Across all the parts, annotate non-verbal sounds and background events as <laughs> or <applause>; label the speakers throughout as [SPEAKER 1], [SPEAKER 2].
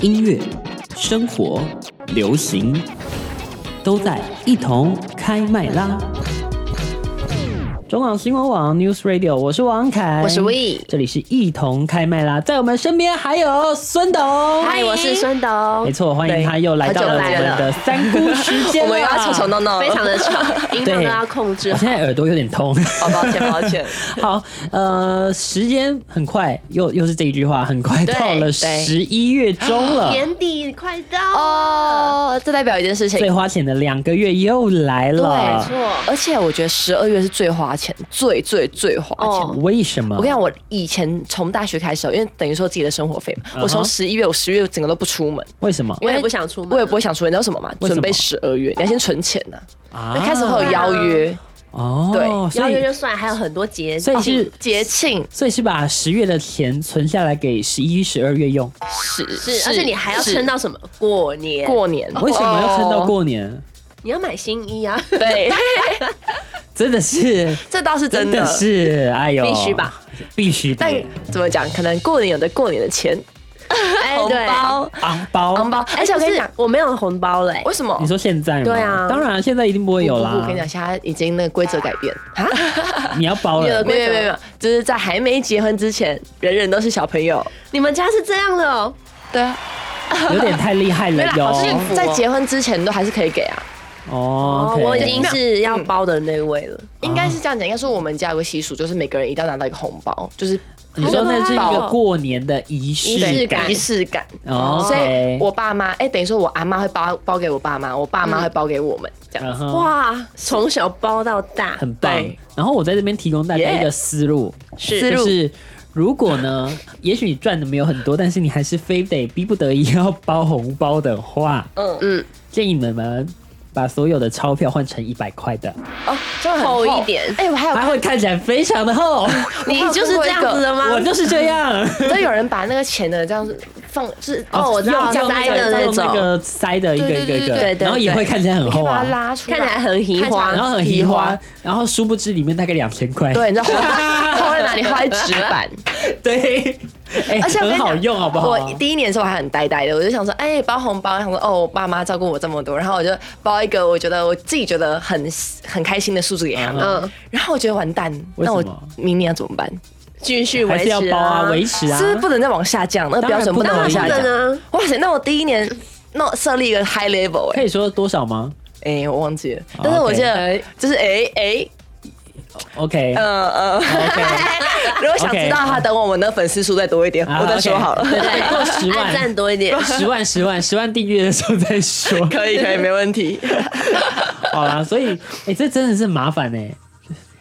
[SPEAKER 1] 音乐、生活、流行，都在一同开麦啦！中广新闻网 News Radio，我是王凯，
[SPEAKER 2] 我是 We
[SPEAKER 1] 这里是一同开麦啦，在我们身边还有孙董，
[SPEAKER 2] 嗨，我是孙董，
[SPEAKER 1] 没错，欢迎他又来到了我
[SPEAKER 2] 对好
[SPEAKER 1] 们
[SPEAKER 2] 久来
[SPEAKER 1] 的
[SPEAKER 2] 了
[SPEAKER 1] 三姑时间啦，
[SPEAKER 3] 我们又要吵吵闹闹了，
[SPEAKER 2] 非常的吵，音量都要控制
[SPEAKER 1] 我 <laughs>
[SPEAKER 2] 好
[SPEAKER 1] 现。在耳朵有点痛。
[SPEAKER 3] 好抱歉抱歉，
[SPEAKER 1] 好，呃，时间很快，又又是这一句话，很快
[SPEAKER 2] 对
[SPEAKER 1] 到了
[SPEAKER 3] 对
[SPEAKER 1] 十一月中了，
[SPEAKER 2] <laughs> 年底快到了，
[SPEAKER 3] 哦，这代表一件事情
[SPEAKER 1] 最。花钱的两个月又来
[SPEAKER 2] 对，
[SPEAKER 1] 了
[SPEAKER 2] 没，错，
[SPEAKER 3] 而且我觉得十二月是最花钱，最最最花钱。
[SPEAKER 2] 哦，
[SPEAKER 1] 为什么？
[SPEAKER 3] 我跟你讲，我以前从大学开始，因为等于说自己的生活费
[SPEAKER 1] 嗯
[SPEAKER 3] 嘛，我从十一月、我十月整个都不出门，
[SPEAKER 1] 为什么
[SPEAKER 2] 我也不想出门
[SPEAKER 3] 我也不会想出门，你知道什么吗？
[SPEAKER 1] 为什么
[SPEAKER 3] 准备十二月，你要先存钱呐、
[SPEAKER 1] 啊
[SPEAKER 3] 啊。开始会有邀约、
[SPEAKER 1] 哦，
[SPEAKER 3] 对
[SPEAKER 1] 所
[SPEAKER 2] 邀约
[SPEAKER 1] 以
[SPEAKER 2] 就算，还有很多节，
[SPEAKER 1] 所以是
[SPEAKER 3] 节庆、
[SPEAKER 1] 所以是把十月的钱存下来给十一、十二月用，
[SPEAKER 3] 是
[SPEAKER 2] 是，而且你还要撑到什么？过年，
[SPEAKER 3] 过年，
[SPEAKER 1] 哦为什么要撑到过年？
[SPEAKER 2] 你要买新衣啊，
[SPEAKER 3] 哦？对， <laughs>
[SPEAKER 1] 真的是，
[SPEAKER 3] 这倒是真
[SPEAKER 1] 真
[SPEAKER 3] 的。
[SPEAKER 1] 的是，哎呦，
[SPEAKER 2] 必须吧，
[SPEAKER 1] 必须的
[SPEAKER 3] 但，怎么讲？可能过年有的过年的钱，
[SPEAKER 2] 哎
[SPEAKER 3] 红包、
[SPEAKER 1] 昂包，
[SPEAKER 3] 红包，而
[SPEAKER 2] 而
[SPEAKER 3] 且
[SPEAKER 2] 且我跟
[SPEAKER 3] 我跟你
[SPEAKER 2] 你
[SPEAKER 3] 讲
[SPEAKER 2] 讲，，哎我没有红包嘞
[SPEAKER 3] 为，什么
[SPEAKER 1] 哎你？说现在吗？
[SPEAKER 2] 对啊
[SPEAKER 1] 当然现在一定不会有
[SPEAKER 3] 不不
[SPEAKER 1] 啦
[SPEAKER 3] 我。跟你讲，现在已经那个规则改变啊，
[SPEAKER 1] 你要包
[SPEAKER 2] 有
[SPEAKER 1] 了
[SPEAKER 2] 的，
[SPEAKER 3] <laughs> 没有没有没有没有，就是在还没结婚之前，人人都是小朋友。
[SPEAKER 2] 你们家是这样的哦，
[SPEAKER 3] 对啊，
[SPEAKER 1] 有点太厉害了
[SPEAKER 2] 好幸
[SPEAKER 1] 哟。
[SPEAKER 2] 福哦
[SPEAKER 3] 在结婚之前都还是可以给啊，
[SPEAKER 1] 哦
[SPEAKER 2] 哦，
[SPEAKER 1] OK
[SPEAKER 2] 我已经是要包的那位了，
[SPEAKER 3] 应该是这样讲。应该说我们家有个习俗，就是每个人一定要拿到一个红包，就是
[SPEAKER 1] 你说那是一
[SPEAKER 3] 红
[SPEAKER 1] 个
[SPEAKER 3] 包
[SPEAKER 1] 过年的仪式感
[SPEAKER 3] 仪式感。
[SPEAKER 1] 哦
[SPEAKER 3] 所以
[SPEAKER 1] OK
[SPEAKER 3] 我爸妈，哎，等于说我阿妈会包包给我爸妈，我爸
[SPEAKER 2] 嗯
[SPEAKER 3] 妈会包给我们，这样
[SPEAKER 1] 嗯哼
[SPEAKER 2] 哇，从小包到大，
[SPEAKER 1] 很棒
[SPEAKER 3] 对。
[SPEAKER 1] 然后我在这边提供大家
[SPEAKER 3] Yeah
[SPEAKER 1] 一个思路，
[SPEAKER 3] 是
[SPEAKER 1] 就
[SPEAKER 3] 思路
[SPEAKER 1] 是如果
[SPEAKER 3] <laughs>
[SPEAKER 1] 呢，也许你赚的没有很多，但是你还是非得逼不得已要包红包的话，
[SPEAKER 3] 嗯
[SPEAKER 2] 嗯，
[SPEAKER 1] 建议你们把所有的钞票换成一百块的，
[SPEAKER 3] 哦，真的很
[SPEAKER 2] 厚一点
[SPEAKER 3] 哎，我还有
[SPEAKER 1] 它会看起来非常的
[SPEAKER 3] <laughs>
[SPEAKER 1] 厚。
[SPEAKER 2] 你就是这样子的吗？
[SPEAKER 1] 我就是这样，
[SPEAKER 3] 都有人把那个钱的这样子放，就是
[SPEAKER 2] 哦我知道
[SPEAKER 1] <laughs> 用那
[SPEAKER 2] 塞的
[SPEAKER 1] 个
[SPEAKER 2] 那
[SPEAKER 1] 用那
[SPEAKER 2] 种
[SPEAKER 1] 个塞的一个一个一
[SPEAKER 3] 对对对
[SPEAKER 1] 个
[SPEAKER 2] 对，对
[SPEAKER 1] 然后也会看起来很
[SPEAKER 3] 你可以
[SPEAKER 1] 厚
[SPEAKER 3] 把
[SPEAKER 1] 啊
[SPEAKER 3] 它。拉出来，
[SPEAKER 2] 看起来很移花 <laughs>
[SPEAKER 1] 然
[SPEAKER 3] 看起来
[SPEAKER 1] 后很移花，然后殊不知里面大概两千块。
[SPEAKER 3] 对，你知道花花在哪里？花在纸啊板。
[SPEAKER 1] 对， <laughs> 哎，
[SPEAKER 3] 而且我
[SPEAKER 1] 很
[SPEAKER 3] 跟你讲
[SPEAKER 1] 好用，好不好？
[SPEAKER 3] 我第一年的时候我还很呆呆的，我就想说，哎、包红包，想说哦，我爸妈照顾我这么多，然后我就包一个我觉得我自己觉得很很开心的数字给他们，
[SPEAKER 2] 嗯
[SPEAKER 3] 然后我觉得完蛋，
[SPEAKER 1] 为什
[SPEAKER 3] 那
[SPEAKER 1] 么
[SPEAKER 3] 我明年要怎么办？
[SPEAKER 2] 继续维
[SPEAKER 1] 还是要
[SPEAKER 2] 持
[SPEAKER 1] 包啊，维持啊，
[SPEAKER 3] 是不是不能再往下降？那个标准不能
[SPEAKER 1] 当然
[SPEAKER 3] 往
[SPEAKER 1] 不
[SPEAKER 3] 下
[SPEAKER 1] 能
[SPEAKER 3] 降。
[SPEAKER 2] 呢？
[SPEAKER 3] 哇塞，那我第一年那我设立一个 high level
[SPEAKER 1] 可
[SPEAKER 3] 哎、
[SPEAKER 1] 以说多少吗
[SPEAKER 3] 哎、我忘记了，
[SPEAKER 1] 好
[SPEAKER 3] 但是我
[SPEAKER 1] OK
[SPEAKER 3] 记得就是哎哎、
[SPEAKER 1] ？OK，
[SPEAKER 3] 呃呃， <laughs>
[SPEAKER 1] OK
[SPEAKER 3] 如果想知道的话，等我们的粉丝数再多一点，
[SPEAKER 1] 啊
[SPEAKER 3] 我再说
[SPEAKER 1] OK
[SPEAKER 3] 好了。
[SPEAKER 1] 对对，过十
[SPEAKER 2] 按赞
[SPEAKER 1] 万，
[SPEAKER 2] 多一点，
[SPEAKER 1] 十万，十万，十万订阅的时候再
[SPEAKER 3] <laughs>
[SPEAKER 1] 说。
[SPEAKER 3] 可以可以，没问题。
[SPEAKER 1] 好啦，所以哎，这真的是麻烦哎，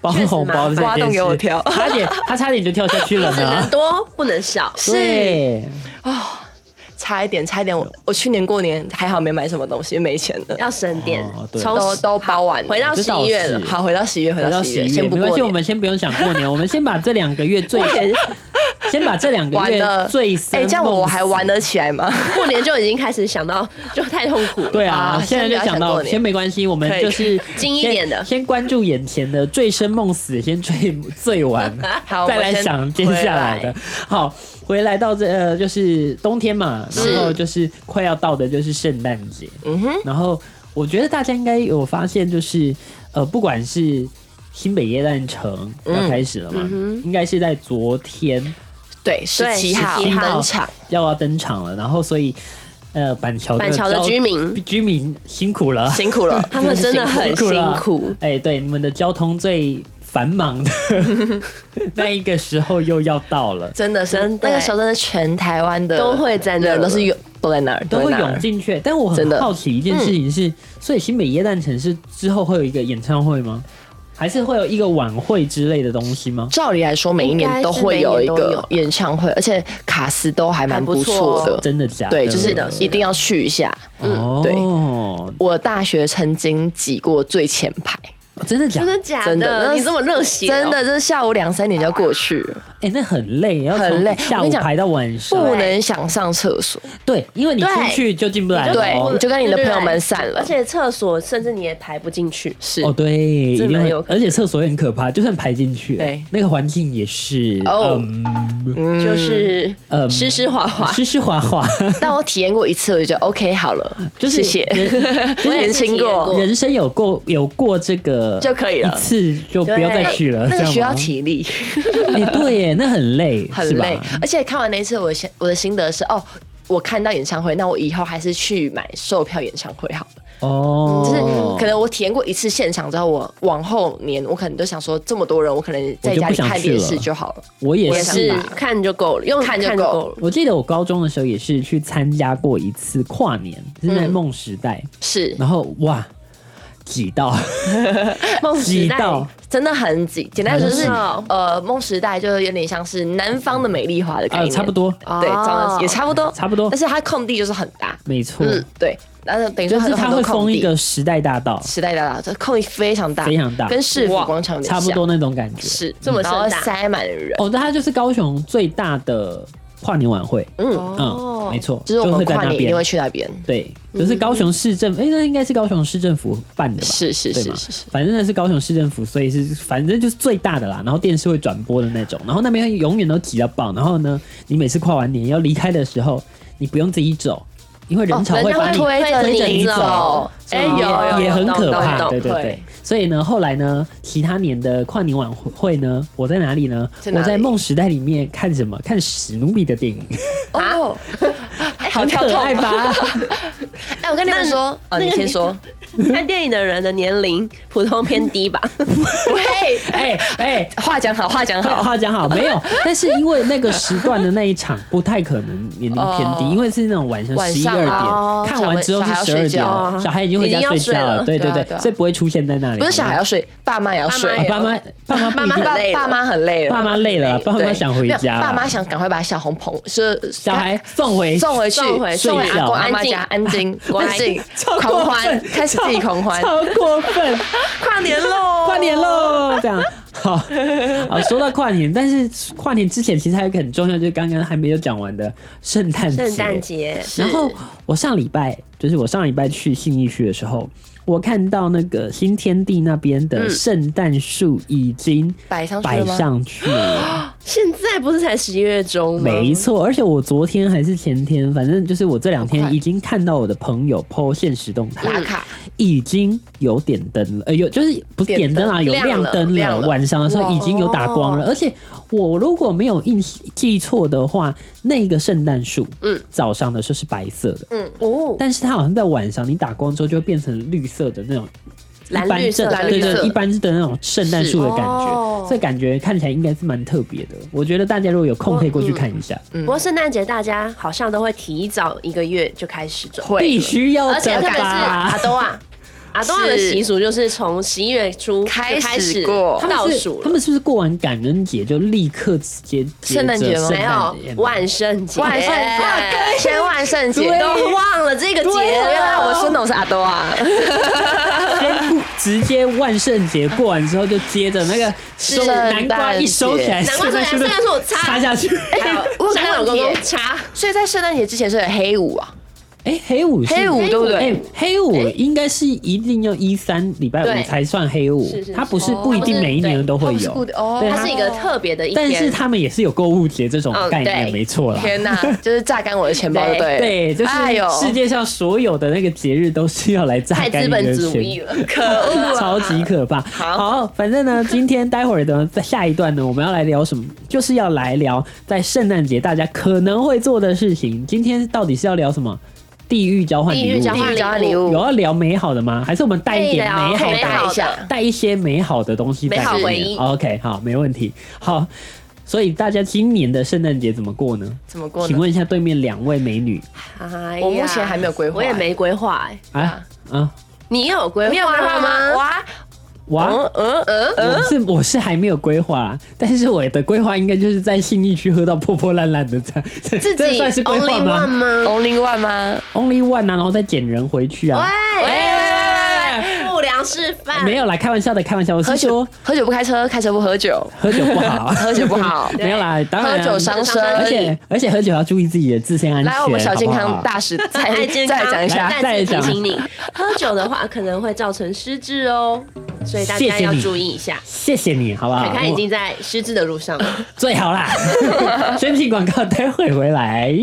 [SPEAKER 1] 包红包这件
[SPEAKER 3] 确实麻烦挖
[SPEAKER 1] 事
[SPEAKER 3] 洞给我跳
[SPEAKER 1] 差点他差点就跳下去
[SPEAKER 3] <laughs>
[SPEAKER 1] 了
[SPEAKER 2] 只能
[SPEAKER 1] 呢。
[SPEAKER 2] 多不能 <laughs> 少。
[SPEAKER 1] 对，
[SPEAKER 3] 差一点，差一点我，我去年过年还好没买什么东西，没钱了，
[SPEAKER 2] 要省点
[SPEAKER 1] 哦，对
[SPEAKER 2] 抽
[SPEAKER 3] 都都包完了，
[SPEAKER 2] 回到
[SPEAKER 1] 这
[SPEAKER 2] 十
[SPEAKER 1] 倒
[SPEAKER 2] 一月了
[SPEAKER 1] 是，
[SPEAKER 3] 好，回到十一月，
[SPEAKER 1] 回
[SPEAKER 3] 回到
[SPEAKER 1] 到
[SPEAKER 3] 十一
[SPEAKER 1] 十
[SPEAKER 3] 月，
[SPEAKER 1] 一月，
[SPEAKER 3] 先不
[SPEAKER 1] 没关
[SPEAKER 3] 过
[SPEAKER 1] 系，我
[SPEAKER 3] 年。
[SPEAKER 1] 们先不用想过年，我们先把这两个月最，先把这两个
[SPEAKER 3] 玩
[SPEAKER 1] 月
[SPEAKER 3] 的
[SPEAKER 1] 最深
[SPEAKER 3] 哎、这样
[SPEAKER 1] 梦
[SPEAKER 3] 我还玩得起来吗？
[SPEAKER 2] 过年就已经开始想到，就太痛苦
[SPEAKER 1] <laughs>
[SPEAKER 2] 了。
[SPEAKER 1] 对啊，
[SPEAKER 3] 啊
[SPEAKER 1] 现在就想
[SPEAKER 3] 先不要想
[SPEAKER 1] 到，
[SPEAKER 3] 过年
[SPEAKER 1] 先没关系，我们
[SPEAKER 3] 可以
[SPEAKER 1] 就是
[SPEAKER 3] <laughs>
[SPEAKER 2] 精一
[SPEAKER 1] 先
[SPEAKER 2] 点的
[SPEAKER 1] 先关注眼前的醉生梦死，先醉醉完，
[SPEAKER 3] <laughs> 好
[SPEAKER 1] 再
[SPEAKER 3] 我
[SPEAKER 1] 来
[SPEAKER 3] 先
[SPEAKER 1] 想接下来的
[SPEAKER 3] 回。
[SPEAKER 1] 好，回来到这呃，就是冬天嘛，然后就是快要到的就是圣诞节，
[SPEAKER 3] 嗯哼，
[SPEAKER 1] 然后我觉得大家应该有发现，就是呃，不管是新北耶诞城要
[SPEAKER 3] 嗯
[SPEAKER 1] 开始了嘛，应该是在昨天
[SPEAKER 3] 对，十
[SPEAKER 2] 对
[SPEAKER 3] 七号
[SPEAKER 2] 17号
[SPEAKER 3] 登场，
[SPEAKER 1] 要要登场了，然后所以呃，板桥
[SPEAKER 2] 板桥的
[SPEAKER 1] 交
[SPEAKER 2] 居民
[SPEAKER 1] 居民辛苦了。
[SPEAKER 3] 辛苦了，
[SPEAKER 2] 他们真的很
[SPEAKER 1] 辛苦
[SPEAKER 2] 辛
[SPEAKER 1] 了
[SPEAKER 2] 苦。
[SPEAKER 1] 哎、对，你们的交通最繁忙
[SPEAKER 3] <laughs>
[SPEAKER 1] 的那一个时候又要到了，
[SPEAKER 3] 真的是
[SPEAKER 2] 真的
[SPEAKER 3] 那个时候，真的全台湾的
[SPEAKER 2] 都会在那
[SPEAKER 3] 人都是涌都在那儿，
[SPEAKER 1] 都
[SPEAKER 3] 在
[SPEAKER 1] 会
[SPEAKER 3] 那儿
[SPEAKER 1] 涌进去。但我
[SPEAKER 3] 真
[SPEAKER 1] 很
[SPEAKER 3] 的
[SPEAKER 1] 好奇一件事情是，所以新北耶诞城是之后会有一个演唱会吗？还是会有一个晚会之类的东西吗？
[SPEAKER 3] 照理来说，每一年都会有一
[SPEAKER 2] 应该是每年
[SPEAKER 3] 个
[SPEAKER 2] 都
[SPEAKER 3] 演唱会，而且卡斯都还蛮不错
[SPEAKER 2] 还不
[SPEAKER 3] 的
[SPEAKER 2] 错，
[SPEAKER 1] 真的假的？
[SPEAKER 3] 对，就是嗯
[SPEAKER 2] 的
[SPEAKER 3] 一定要去一下。
[SPEAKER 1] 哦，
[SPEAKER 3] 对我大学曾经挤过最前排，
[SPEAKER 1] 嗯真的假
[SPEAKER 2] 真
[SPEAKER 1] 的？
[SPEAKER 2] 的假
[SPEAKER 3] 真的那
[SPEAKER 2] 的？你这么热血哦，
[SPEAKER 3] 真的，这下午两三点就要过去了，
[SPEAKER 1] 哎、那很累，要从
[SPEAKER 3] 很累
[SPEAKER 1] 下
[SPEAKER 3] 我跟
[SPEAKER 1] 午
[SPEAKER 3] 你讲
[SPEAKER 1] 排到晚上。
[SPEAKER 3] 不能想上厕
[SPEAKER 2] <laughs>
[SPEAKER 3] 所。
[SPEAKER 1] 对，因为你出
[SPEAKER 2] 对
[SPEAKER 1] 去就进不来了。
[SPEAKER 3] 对
[SPEAKER 1] 哦
[SPEAKER 3] 你就跟你的朋友们散了
[SPEAKER 2] 而且厕所甚至你也排不进去，
[SPEAKER 3] 是
[SPEAKER 1] 哦，对，一
[SPEAKER 2] 这
[SPEAKER 1] 定
[SPEAKER 2] 蛮
[SPEAKER 1] 会
[SPEAKER 2] 有可
[SPEAKER 1] 而且厕所也很可怕，就算排进去，
[SPEAKER 3] 对
[SPEAKER 1] 那个环境也是，
[SPEAKER 3] 哦啊
[SPEAKER 1] 嗯，
[SPEAKER 2] 就是
[SPEAKER 1] 嗯
[SPEAKER 2] 湿湿滑滑。
[SPEAKER 1] 湿湿滑滑，
[SPEAKER 3] 但我体验过一次，我就觉得 OK 好了，
[SPEAKER 1] 就是
[SPEAKER 3] 谢谢。 <laughs>
[SPEAKER 1] 人
[SPEAKER 3] 我
[SPEAKER 2] 也
[SPEAKER 3] 年
[SPEAKER 2] 是体
[SPEAKER 3] 轻
[SPEAKER 2] 验
[SPEAKER 3] <laughs> 过
[SPEAKER 2] 过，
[SPEAKER 1] 人生有过有过这个
[SPEAKER 3] 就可以了
[SPEAKER 1] 一次就不要再去了，
[SPEAKER 3] 那
[SPEAKER 1] 这
[SPEAKER 3] 个
[SPEAKER 1] 样
[SPEAKER 3] 需要
[SPEAKER 1] 吗
[SPEAKER 3] 体力，
[SPEAKER 1] 哎，对耶，那很累，是
[SPEAKER 3] 很
[SPEAKER 1] 吧
[SPEAKER 3] 累。而且看完那一次，我的心我的心得是，哦，我看到演唱会，那我以后还是去买售票演唱会好了。
[SPEAKER 1] 哦，
[SPEAKER 3] 就是可能我体验过一次现场之后，我往后年我可能就想说，这么多人，我可能在
[SPEAKER 1] 我就
[SPEAKER 3] 家
[SPEAKER 1] 不
[SPEAKER 3] 里
[SPEAKER 1] 想
[SPEAKER 3] 看电
[SPEAKER 1] 去
[SPEAKER 3] 视
[SPEAKER 1] 了
[SPEAKER 3] 就好了。
[SPEAKER 1] 我也
[SPEAKER 3] 我也
[SPEAKER 1] 是
[SPEAKER 2] 是
[SPEAKER 1] 啦。
[SPEAKER 2] 看就够了，用
[SPEAKER 3] 看就够
[SPEAKER 2] 够了。
[SPEAKER 1] 我记得我高中的时候也是去参加过一次跨年，是在
[SPEAKER 3] 嗯
[SPEAKER 1] 梦时代，
[SPEAKER 3] 是，
[SPEAKER 1] 然后哇，挤到
[SPEAKER 2] 梦
[SPEAKER 1] 挤
[SPEAKER 2] 时代哦
[SPEAKER 1] 到，呃
[SPEAKER 3] 真的很挤。简单来说就是
[SPEAKER 2] 很挤，
[SPEAKER 3] 呃，梦时代就是有点像是南方的美丽华的概
[SPEAKER 1] 啊，
[SPEAKER 3] 念，
[SPEAKER 1] 差不，多，
[SPEAKER 3] 对，长得也差不多，
[SPEAKER 1] 差不多
[SPEAKER 3] 但，是它空地就是很大，
[SPEAKER 1] 没错，
[SPEAKER 3] 嗯，对，但是等于说
[SPEAKER 1] 就
[SPEAKER 3] 很
[SPEAKER 1] 是
[SPEAKER 3] 有很
[SPEAKER 1] 它
[SPEAKER 3] 多
[SPEAKER 1] 会
[SPEAKER 3] 空
[SPEAKER 1] 封一
[SPEAKER 3] 地，
[SPEAKER 1] 个时代大道，
[SPEAKER 3] 时代大道，这空地非常大，
[SPEAKER 1] 非常大
[SPEAKER 3] 跟市府
[SPEAKER 2] 哇
[SPEAKER 3] 广场有点
[SPEAKER 1] 差不
[SPEAKER 3] 像
[SPEAKER 1] 多那种感觉。
[SPEAKER 3] 是
[SPEAKER 2] 这么
[SPEAKER 3] 嗯然后
[SPEAKER 2] 盛大
[SPEAKER 3] 塞满了人，
[SPEAKER 1] 哦，那它就是高雄最大的跨年晚会，
[SPEAKER 3] 嗯，
[SPEAKER 1] 嗯，没，错，
[SPEAKER 3] 就是我
[SPEAKER 1] 会
[SPEAKER 3] 们
[SPEAKER 1] 在
[SPEAKER 3] 跨
[SPEAKER 1] 那
[SPEAKER 3] 年一定会
[SPEAKER 1] 边。
[SPEAKER 3] 去那边，
[SPEAKER 1] 对，就是高雄市政，哎，那应该是高雄市政府办的吧？
[SPEAKER 3] 嗯是是
[SPEAKER 1] 对
[SPEAKER 3] 是
[SPEAKER 1] 吗
[SPEAKER 3] 是是，
[SPEAKER 1] 反正那是高雄市政府，所以是反正就是最大的啦。然后电视会转播的那种，然后那边永远都挤到爆。然后呢，你每次跨完年要离开的时候，你不用自己走，因为人潮
[SPEAKER 3] 哦人
[SPEAKER 1] 会
[SPEAKER 3] 家
[SPEAKER 1] 把
[SPEAKER 3] 会
[SPEAKER 1] 你
[SPEAKER 3] 推着
[SPEAKER 1] 推着
[SPEAKER 3] 你
[SPEAKER 1] 你
[SPEAKER 3] 走
[SPEAKER 1] 走，
[SPEAKER 3] 哎
[SPEAKER 1] 所以
[SPEAKER 3] 有有
[SPEAKER 1] 也
[SPEAKER 3] 有
[SPEAKER 1] 很
[SPEAKER 3] 懂
[SPEAKER 1] 可
[SPEAKER 3] 懂
[SPEAKER 1] 怕，
[SPEAKER 3] 懂
[SPEAKER 1] 对对
[SPEAKER 3] 会
[SPEAKER 1] 对。所以呢，后来呢，其他年的跨年晚会呢，我在哪里呢？
[SPEAKER 3] 在哪
[SPEAKER 1] 我
[SPEAKER 3] 里
[SPEAKER 1] 在梦时代里面看什么？看史努比的电影，
[SPEAKER 3] 哦，好
[SPEAKER 1] 很
[SPEAKER 3] 跳
[SPEAKER 1] 可
[SPEAKER 3] 痛
[SPEAKER 1] 爱
[SPEAKER 3] <laughs>
[SPEAKER 1] 吧？
[SPEAKER 3] 哎，我跟你们
[SPEAKER 2] 那
[SPEAKER 3] 说，哦，
[SPEAKER 2] 那
[SPEAKER 3] 你
[SPEAKER 2] 个
[SPEAKER 3] 先
[SPEAKER 2] 你
[SPEAKER 3] 说，
[SPEAKER 2] 看电影的人的年龄普通偏低吧？
[SPEAKER 3] <laughs> 喂，
[SPEAKER 1] 哎哎。
[SPEAKER 3] 话讲好，话讲
[SPEAKER 1] 话
[SPEAKER 3] 好，
[SPEAKER 1] 话讲好，没
[SPEAKER 3] <laughs>
[SPEAKER 1] 有，但是因为那个时段的那一场不太可能年龄偏低，
[SPEAKER 3] 哦
[SPEAKER 1] 因为是那种晚上
[SPEAKER 3] 晚
[SPEAKER 1] 十一
[SPEAKER 3] 上
[SPEAKER 1] 二点、
[SPEAKER 3] 哦
[SPEAKER 1] 看完之后
[SPEAKER 3] 小
[SPEAKER 1] 是
[SPEAKER 3] 孩
[SPEAKER 1] 十
[SPEAKER 3] 要
[SPEAKER 1] 二
[SPEAKER 3] 睡觉
[SPEAKER 1] 点，
[SPEAKER 2] 啊
[SPEAKER 1] 小孩已经回
[SPEAKER 2] 已
[SPEAKER 1] 家
[SPEAKER 2] 经要
[SPEAKER 1] 睡觉
[SPEAKER 2] 睡了
[SPEAKER 1] 对对
[SPEAKER 3] 对啊
[SPEAKER 1] 对，
[SPEAKER 3] 对啊
[SPEAKER 1] 所以不会出现在那里。
[SPEAKER 3] 不是小孩要睡，爸妈也要睡
[SPEAKER 2] 爸妈。也
[SPEAKER 1] 爸妈爸妈不一定
[SPEAKER 2] 妈很
[SPEAKER 3] 爸
[SPEAKER 2] 累了
[SPEAKER 3] 爸妈很累了，
[SPEAKER 1] 爸妈累了，爸妈
[SPEAKER 3] 对
[SPEAKER 1] 想回
[SPEAKER 3] 没
[SPEAKER 1] 家
[SPEAKER 3] 有
[SPEAKER 1] 了，
[SPEAKER 3] 爸妈想赶快把小红捧，是
[SPEAKER 1] 小孩送回
[SPEAKER 3] 送回去，
[SPEAKER 2] 送回
[SPEAKER 3] 送回
[SPEAKER 1] 睡
[SPEAKER 3] 阿
[SPEAKER 1] 觉
[SPEAKER 3] 公阿妈家， <laughs> 安静，安静，狂欢，开始 <laughs> 自己狂欢，
[SPEAKER 1] 超过分，
[SPEAKER 3] <laughs> 跨年喽，
[SPEAKER 1] 跨年喽，这样。好， <laughs> 啊，说到跨年，但是跨年之前其实还有一个很重要，就是刚刚还没有讲完的圣诞节。
[SPEAKER 2] 圣诞节
[SPEAKER 1] 然后我上礼拜，就是我上礼拜去信义区的时候，我看到那个新天地那边的圣诞树已经
[SPEAKER 3] 嗯摆上去
[SPEAKER 1] 摆
[SPEAKER 3] 了吗
[SPEAKER 1] 上去了，
[SPEAKER 2] 现在不是才十一月
[SPEAKER 3] 嗯
[SPEAKER 2] 中吗？
[SPEAKER 1] 没错。而且我昨天还是前天，反正就是我这两
[SPEAKER 3] 好
[SPEAKER 1] 天
[SPEAKER 3] 快
[SPEAKER 1] 已经看到我的朋友 PO 现实动态，
[SPEAKER 3] 打卡，
[SPEAKER 1] 已经有点灯了，呃，有就是不是点
[SPEAKER 3] 点灯
[SPEAKER 1] 灯啊，有
[SPEAKER 3] 亮
[SPEAKER 1] 亮
[SPEAKER 3] 了
[SPEAKER 1] 灯
[SPEAKER 3] 亮
[SPEAKER 1] 了。
[SPEAKER 3] 了
[SPEAKER 1] 晚上的时候已经有打光了，而且我如果没有印记错的话，那个圣诞树，嗯，早上的时候是白色的，
[SPEAKER 3] 嗯，
[SPEAKER 2] 哦，
[SPEAKER 1] 但是它好像在晚上你打光之后就会变成绿色的那种。
[SPEAKER 2] 蓝
[SPEAKER 1] 一般
[SPEAKER 2] 绿色
[SPEAKER 1] 正
[SPEAKER 2] 蓝
[SPEAKER 1] 对
[SPEAKER 2] 绿
[SPEAKER 1] 对，
[SPEAKER 2] 色
[SPEAKER 1] 一般的那种圣诞树的感
[SPEAKER 2] 是
[SPEAKER 1] 觉
[SPEAKER 2] 哦，
[SPEAKER 1] 所以感觉看起来应该是蛮特别的。我觉得大家如果有空可以过
[SPEAKER 2] 嗯
[SPEAKER 1] 去看一下，
[SPEAKER 2] 不过圣诞节大家好像都会提早一个月就开始准备，
[SPEAKER 3] 会
[SPEAKER 1] 必须要
[SPEAKER 2] 而且
[SPEAKER 1] 的
[SPEAKER 2] 特别是阿
[SPEAKER 1] 吧？
[SPEAKER 2] 多 <laughs> 啊，阿多啊的习俗就是从十一月初就
[SPEAKER 3] 开始
[SPEAKER 2] 开始
[SPEAKER 3] 过
[SPEAKER 1] 他
[SPEAKER 2] 倒
[SPEAKER 1] 们是
[SPEAKER 2] 数
[SPEAKER 1] 他
[SPEAKER 2] 了，
[SPEAKER 1] 们是不是过完感恩节就立刻直接接着
[SPEAKER 3] 圣诞节吗
[SPEAKER 1] 圣
[SPEAKER 2] 没
[SPEAKER 1] 诞节
[SPEAKER 2] 有万圣节，哎
[SPEAKER 3] 万圣节，先万圣节，
[SPEAKER 1] 对
[SPEAKER 2] 都忘了这个节
[SPEAKER 1] 对
[SPEAKER 3] 原来
[SPEAKER 2] 了，
[SPEAKER 3] 我孙总是阿多啊，
[SPEAKER 1] 先直接万圣节过完之后就接着那个收
[SPEAKER 3] 圣诞
[SPEAKER 1] 南瓜一收起来，
[SPEAKER 2] 节
[SPEAKER 1] 圣诞树就
[SPEAKER 2] 南瓜收起来圣诞树我插
[SPEAKER 1] 插下去。
[SPEAKER 2] 还有
[SPEAKER 3] 我有
[SPEAKER 2] 还有
[SPEAKER 3] 看到
[SPEAKER 2] 公
[SPEAKER 3] 贴
[SPEAKER 2] 公插，
[SPEAKER 3] 所以在圣诞节之前是有黑五啊，
[SPEAKER 1] 哎，黑五是
[SPEAKER 3] 黑五对不对
[SPEAKER 1] 哎，黑五应该是一定要一三礼拜
[SPEAKER 2] 对
[SPEAKER 1] 五才算黑五
[SPEAKER 2] 是是，是
[SPEAKER 1] 它不是不一定每一年都会
[SPEAKER 3] 它不是固
[SPEAKER 1] 有
[SPEAKER 3] 定，哦
[SPEAKER 1] 对
[SPEAKER 2] 它
[SPEAKER 1] 它
[SPEAKER 2] 是一个特别的一
[SPEAKER 1] 但是
[SPEAKER 2] 天。
[SPEAKER 1] 他们也是有购物节这种概念，
[SPEAKER 2] 嗯对
[SPEAKER 1] 没错啦。 <laughs>
[SPEAKER 3] 天哪，就是榨干我的钱包，对了
[SPEAKER 1] 对，就是
[SPEAKER 3] 哎呦，
[SPEAKER 1] 世界上所有的那个节日都是要来榨
[SPEAKER 2] 太
[SPEAKER 1] 干
[SPEAKER 2] 资
[SPEAKER 1] 你
[SPEAKER 2] 本
[SPEAKER 1] 的
[SPEAKER 2] 主
[SPEAKER 1] 钱
[SPEAKER 2] 义了，可恶啊！
[SPEAKER 1] <laughs> 超级可怕。好，反正呢，今天待会儿的在下一段呢，我们要来聊什么？就是要来聊在圣诞节大家可能会做的事情。今天到底是要聊什么？地狱交换
[SPEAKER 2] 地
[SPEAKER 1] 礼
[SPEAKER 2] 狱
[SPEAKER 1] 物，
[SPEAKER 2] 交换
[SPEAKER 3] 地狱交换礼
[SPEAKER 2] 礼
[SPEAKER 3] 物
[SPEAKER 2] 物，
[SPEAKER 1] 有要聊美好的吗？还是我们带一点美好
[SPEAKER 3] 可以
[SPEAKER 2] 啊美
[SPEAKER 1] 的，
[SPEAKER 3] 打
[SPEAKER 2] 好
[SPEAKER 3] 一下
[SPEAKER 2] 的。
[SPEAKER 1] 带一些美好的东西在
[SPEAKER 2] 美好
[SPEAKER 1] 里
[SPEAKER 2] 回
[SPEAKER 1] 面
[SPEAKER 2] 忆
[SPEAKER 1] OK，好，没问题。好，所以大家今年的圣诞节怎么过呢？
[SPEAKER 3] 怎么过
[SPEAKER 1] 请
[SPEAKER 3] 呢？
[SPEAKER 1] 问一下对面两位美女
[SPEAKER 2] 哎呀
[SPEAKER 3] 我目前还没有规划
[SPEAKER 2] 我也没规划哎。
[SPEAKER 1] 啊啊，
[SPEAKER 2] 你有规划
[SPEAKER 3] 你有规划吗？
[SPEAKER 2] 哇，
[SPEAKER 3] 哇，
[SPEAKER 1] 哇！
[SPEAKER 2] 哦
[SPEAKER 3] 嗯嗯嗯，
[SPEAKER 1] 我是我是还没有规划啦，但是我的规划应该就是在信义区喝到破破烂烂的这样， <laughs> 这
[SPEAKER 2] 自己
[SPEAKER 1] 这算是规划
[SPEAKER 2] only one
[SPEAKER 1] 吗
[SPEAKER 2] 吗？
[SPEAKER 3] 嗯 Only One 吗？
[SPEAKER 2] 哦
[SPEAKER 1] ？Only one 啊，然后再捡人回去啊。
[SPEAKER 2] 喂喂喂喂喂喂，不良良示范。
[SPEAKER 1] 没有啦，开玩笑的，开玩笑。我
[SPEAKER 3] 喝
[SPEAKER 1] 是
[SPEAKER 3] 酒
[SPEAKER 1] 说
[SPEAKER 3] 喝酒不开车，开车不喝酒，
[SPEAKER 1] 喝酒不好，，
[SPEAKER 3] <laughs> 喝酒不好
[SPEAKER 1] 没有啦， <laughs> 当
[SPEAKER 3] 喝
[SPEAKER 1] 然
[SPEAKER 3] 酒伤身。
[SPEAKER 1] 而且而且喝酒要注意自己的自身安全。
[SPEAKER 3] 来，我们小健
[SPEAKER 1] 好不
[SPEAKER 3] 康
[SPEAKER 1] 好
[SPEAKER 3] 大使再
[SPEAKER 2] 爱健
[SPEAKER 3] 再
[SPEAKER 2] 康，
[SPEAKER 3] 讲一下，
[SPEAKER 1] 再
[SPEAKER 2] 再次
[SPEAKER 1] 讲
[SPEAKER 2] 提醒你，喝酒的话可能会造成失智哦，所以大
[SPEAKER 1] 谢
[SPEAKER 2] 家
[SPEAKER 1] 谢
[SPEAKER 2] 要
[SPEAKER 1] 你啊
[SPEAKER 2] 注意一下。
[SPEAKER 1] 谢谢你，好不好？
[SPEAKER 2] 凯凯已
[SPEAKER 1] 我
[SPEAKER 2] 经在失智的路上了。
[SPEAKER 1] 最好
[SPEAKER 3] <laughs>
[SPEAKER 1] 啦。先进广告，待会回来。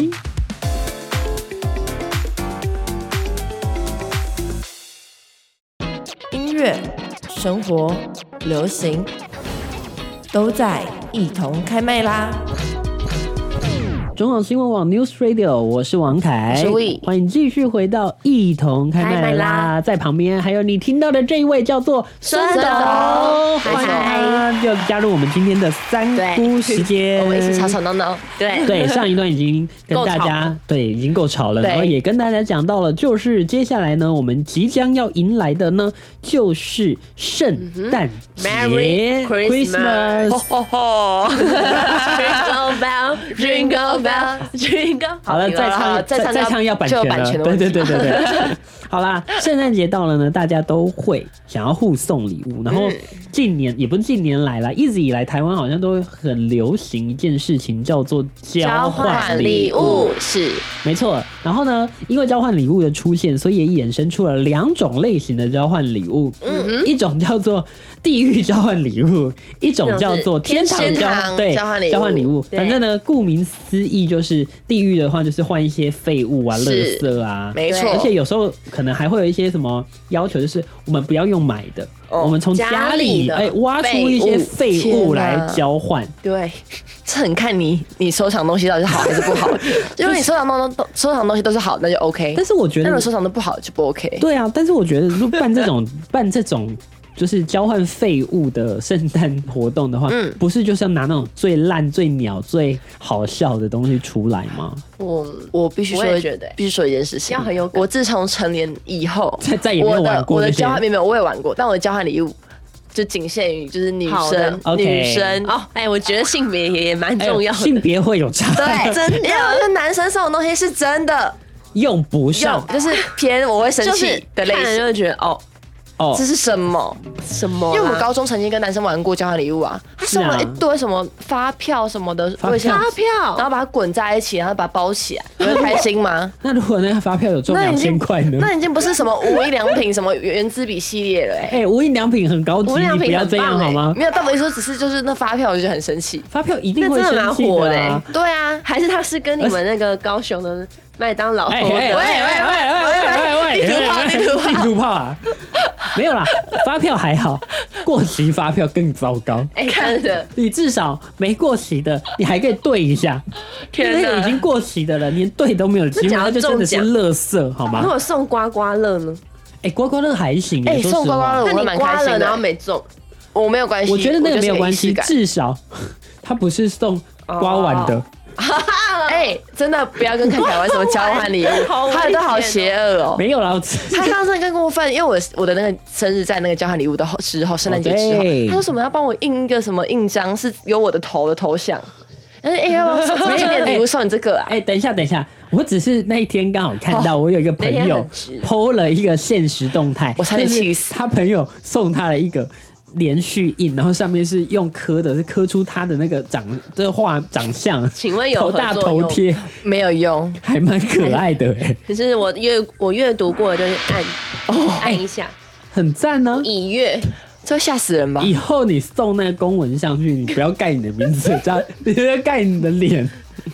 [SPEAKER 3] 音乐、生活、流行，都在一同开麦啦！
[SPEAKER 1] 中广新闻网 News Radio，我是王凯，
[SPEAKER 3] 我是 We
[SPEAKER 1] 欢迎继续回到一同开麦
[SPEAKER 2] 开麦
[SPEAKER 1] 啦，
[SPEAKER 2] 啦
[SPEAKER 1] 在旁边还有你听到的这一位叫做孙
[SPEAKER 2] 孙
[SPEAKER 3] 董
[SPEAKER 1] 欢迎
[SPEAKER 2] 嗨
[SPEAKER 1] 他，就加入我们今天的三
[SPEAKER 2] 对
[SPEAKER 1] 姑时间，
[SPEAKER 3] 我们一起吵吵闹闹，
[SPEAKER 2] 对，
[SPEAKER 1] 对，上一段已经跟大
[SPEAKER 2] 够吵
[SPEAKER 1] 家对已经够吵了，
[SPEAKER 3] 对
[SPEAKER 1] 然后也跟大家讲到了，就是接下来呢，我们即将要迎来的呢，就是圣诞节
[SPEAKER 2] Merry Christmas
[SPEAKER 3] 吼吼哦吼！
[SPEAKER 2] Jingle bell, jingle bell, jingle。
[SPEAKER 1] 好了，再
[SPEAKER 3] 好
[SPEAKER 1] 唱
[SPEAKER 3] 了
[SPEAKER 1] 呃再
[SPEAKER 3] 再唱
[SPEAKER 1] 再
[SPEAKER 3] 就要
[SPEAKER 1] 唱要版
[SPEAKER 3] 就
[SPEAKER 1] 权了，
[SPEAKER 3] 有版权的
[SPEAKER 1] 对
[SPEAKER 3] 问
[SPEAKER 1] 对对对 <laughs> 对。好啦，圣诞节到了呢，大家都会想要互送礼物，然后近年也不是近年来啦，一直以来台湾好像都很流行一件事情，叫做交换礼物。
[SPEAKER 2] 是
[SPEAKER 1] 没错，然后呢，因为交换礼物的出现，所以也衍生出了两种类型的交换礼物，
[SPEAKER 3] 嗯
[SPEAKER 1] 一种叫做地狱交换礼物，一种叫做天堂
[SPEAKER 3] 天
[SPEAKER 1] 交
[SPEAKER 3] 堂
[SPEAKER 1] 对
[SPEAKER 3] 交换礼物
[SPEAKER 1] 交换礼物。
[SPEAKER 2] 对
[SPEAKER 1] 反正呢，顾名思义就是地狱的话，就是换一些废物啊、垃
[SPEAKER 3] 是
[SPEAKER 1] 圾啊。
[SPEAKER 3] 没错
[SPEAKER 2] 对，
[SPEAKER 1] 而且有时候可能还会有一些什么要求，就是我们不要用买的，
[SPEAKER 3] 哦
[SPEAKER 1] 我们从家里
[SPEAKER 2] 家里的
[SPEAKER 1] 哎、挖出一些废
[SPEAKER 3] 废
[SPEAKER 1] 物
[SPEAKER 3] 物
[SPEAKER 1] 来
[SPEAKER 3] 天哪
[SPEAKER 1] 交换。
[SPEAKER 2] 对，
[SPEAKER 3] 这很看你你收藏东西到底是好还是不好。如果你收藏东东收藏东西都是好，那就 OK。
[SPEAKER 1] 但是我觉
[SPEAKER 3] 但
[SPEAKER 1] 得
[SPEAKER 3] 如果收藏的不好就不 OK。
[SPEAKER 1] 对啊，但是我觉得，
[SPEAKER 3] <laughs>
[SPEAKER 1] 如果办这种办这种就是交换废物的圣诞活动的话，
[SPEAKER 3] 嗯
[SPEAKER 1] 不是就是要拿那种最烂、最鸟、最好笑的东西出来吗？
[SPEAKER 2] 我
[SPEAKER 3] 我必须
[SPEAKER 2] 我
[SPEAKER 3] 说
[SPEAKER 2] 也觉得欸，
[SPEAKER 3] 必须说一件事情，
[SPEAKER 2] 要很有梗
[SPEAKER 3] 我自从成年以后，
[SPEAKER 1] 再再也没有
[SPEAKER 3] 我
[SPEAKER 1] 玩
[SPEAKER 3] 的
[SPEAKER 1] 过
[SPEAKER 3] 我
[SPEAKER 1] 那
[SPEAKER 3] 的
[SPEAKER 1] 些
[SPEAKER 3] 交换没有没有，我也玩过，但我的交换礼物就仅限于就是女
[SPEAKER 2] 好的
[SPEAKER 3] 生
[SPEAKER 1] OK
[SPEAKER 3] 女生
[SPEAKER 2] 哦，哎，我觉得性别也也蛮
[SPEAKER 1] 哎
[SPEAKER 2] 重要的。
[SPEAKER 1] 性别会有差， <laughs>
[SPEAKER 3] 对，真的，因为哎那男生送的东西是真的
[SPEAKER 1] 用不
[SPEAKER 3] 用
[SPEAKER 1] 上，
[SPEAKER 3] 就是偏我会生
[SPEAKER 2] 就是
[SPEAKER 3] 气的类
[SPEAKER 2] 看了就
[SPEAKER 3] 型。
[SPEAKER 2] 会觉得哦，
[SPEAKER 1] 哦
[SPEAKER 3] 这。是什么？
[SPEAKER 2] 什么啊？
[SPEAKER 3] 因为我高中曾经跟男生玩过交换礼物啊，他
[SPEAKER 1] 是
[SPEAKER 3] 送
[SPEAKER 1] 啊
[SPEAKER 3] 了一堆什么发票什么的
[SPEAKER 1] 发票
[SPEAKER 3] 卫生
[SPEAKER 2] 发
[SPEAKER 3] 纸，然
[SPEAKER 2] 票，
[SPEAKER 3] 后把它滚在一起，然后把它包起来，你会开心吗？
[SPEAKER 1] 那如果那个发票有中
[SPEAKER 3] <laughs> 那
[SPEAKER 1] <laughs> 两
[SPEAKER 3] 已
[SPEAKER 1] 千
[SPEAKER 3] 经
[SPEAKER 1] 块呢？
[SPEAKER 3] 那已经不是什么无印良品什么原子笔系列了、欸，
[SPEAKER 1] 哎、无印良品很高级，
[SPEAKER 3] 无印良
[SPEAKER 1] 你
[SPEAKER 3] 品
[SPEAKER 1] 不要这样
[SPEAKER 3] 很棒
[SPEAKER 1] 好
[SPEAKER 3] 欸
[SPEAKER 1] 吗？
[SPEAKER 3] 没有，但我一说只是就是那发票，我就很生气。
[SPEAKER 1] 发票一定会
[SPEAKER 2] 那真的
[SPEAKER 1] 生
[SPEAKER 2] 蛮
[SPEAKER 1] 气
[SPEAKER 2] 火
[SPEAKER 1] 的
[SPEAKER 2] 的
[SPEAKER 1] 啊、
[SPEAKER 3] <laughs> 对啊，
[SPEAKER 2] 还是他是跟你们那个高雄的麦当劳
[SPEAKER 1] 哎
[SPEAKER 2] 合
[SPEAKER 1] 哎
[SPEAKER 2] 的？
[SPEAKER 1] 喂喂喂喂喂喂喂喂喂，地图炮啊！没有啦，发票还好，过期发票更糟糕。
[SPEAKER 2] 哎，看着
[SPEAKER 1] 你至少没过期的，你还可以对一下。
[SPEAKER 3] 天
[SPEAKER 1] 那
[SPEAKER 3] 哪
[SPEAKER 1] 个已经过期的了，连对都没有机会，
[SPEAKER 2] 那讲
[SPEAKER 1] 那
[SPEAKER 2] 到
[SPEAKER 1] 就真的是
[SPEAKER 2] 中
[SPEAKER 1] 垃圾，好
[SPEAKER 2] 如
[SPEAKER 1] 吗？
[SPEAKER 2] 果送刮刮乐呢？
[SPEAKER 1] 哎，刮刮乐还行，
[SPEAKER 3] 哎
[SPEAKER 1] 说实话
[SPEAKER 2] 那
[SPEAKER 3] 送刮刮乐我会
[SPEAKER 2] 你
[SPEAKER 3] 蛮
[SPEAKER 2] 刮
[SPEAKER 3] 开心
[SPEAKER 2] 了
[SPEAKER 3] 的
[SPEAKER 2] 然后没中，
[SPEAKER 3] 我没有关系，
[SPEAKER 1] 我觉得那个没有关系，
[SPEAKER 3] 我就是有仪
[SPEAKER 1] 至
[SPEAKER 3] 式
[SPEAKER 1] 少它不是送刮完的。
[SPEAKER 3] 感哎、真的不要跟凯凯玩什么交换礼
[SPEAKER 2] 好
[SPEAKER 3] 物，
[SPEAKER 2] 危险哦
[SPEAKER 3] 他的都 <laughs> 好邪恶哦。
[SPEAKER 1] 没有啦，我
[SPEAKER 3] 他上次更过分，因为我我的那个生日在那个交换礼物的后之后，圣诞节之
[SPEAKER 1] 哦
[SPEAKER 3] 后
[SPEAKER 1] 对，
[SPEAKER 3] 他说什么要帮我印一个什么印章，是有我的头的头像。他说：“哎、要不要送今年礼物送你这个啊？
[SPEAKER 1] 哎，等一下，等一下，我只是那一天刚好看到，我有一个朋
[SPEAKER 2] 哦那天
[SPEAKER 1] 友
[SPEAKER 2] 很值
[SPEAKER 1] PO 了一个现实动态，
[SPEAKER 3] 我差点气死
[SPEAKER 1] 就是他朋友送他了一个。连续印，然后上面是用刻的，是刻出他的那个长这画长相，
[SPEAKER 2] 请问有
[SPEAKER 1] 头
[SPEAKER 2] 合
[SPEAKER 1] 大
[SPEAKER 2] 作
[SPEAKER 1] 头
[SPEAKER 2] 用
[SPEAKER 1] 贴，
[SPEAKER 3] 没有用，
[SPEAKER 1] 还蛮可爱的哎、
[SPEAKER 2] 可是我阅我阅读过的就是按
[SPEAKER 1] 哦
[SPEAKER 2] 按一下
[SPEAKER 1] 很赞呢、
[SPEAKER 2] 已阅，
[SPEAKER 3] 这会吓死人吧？
[SPEAKER 1] 以后你送那个公文上去，你不要盖你的名字， <laughs> 这样你要盖你的脸。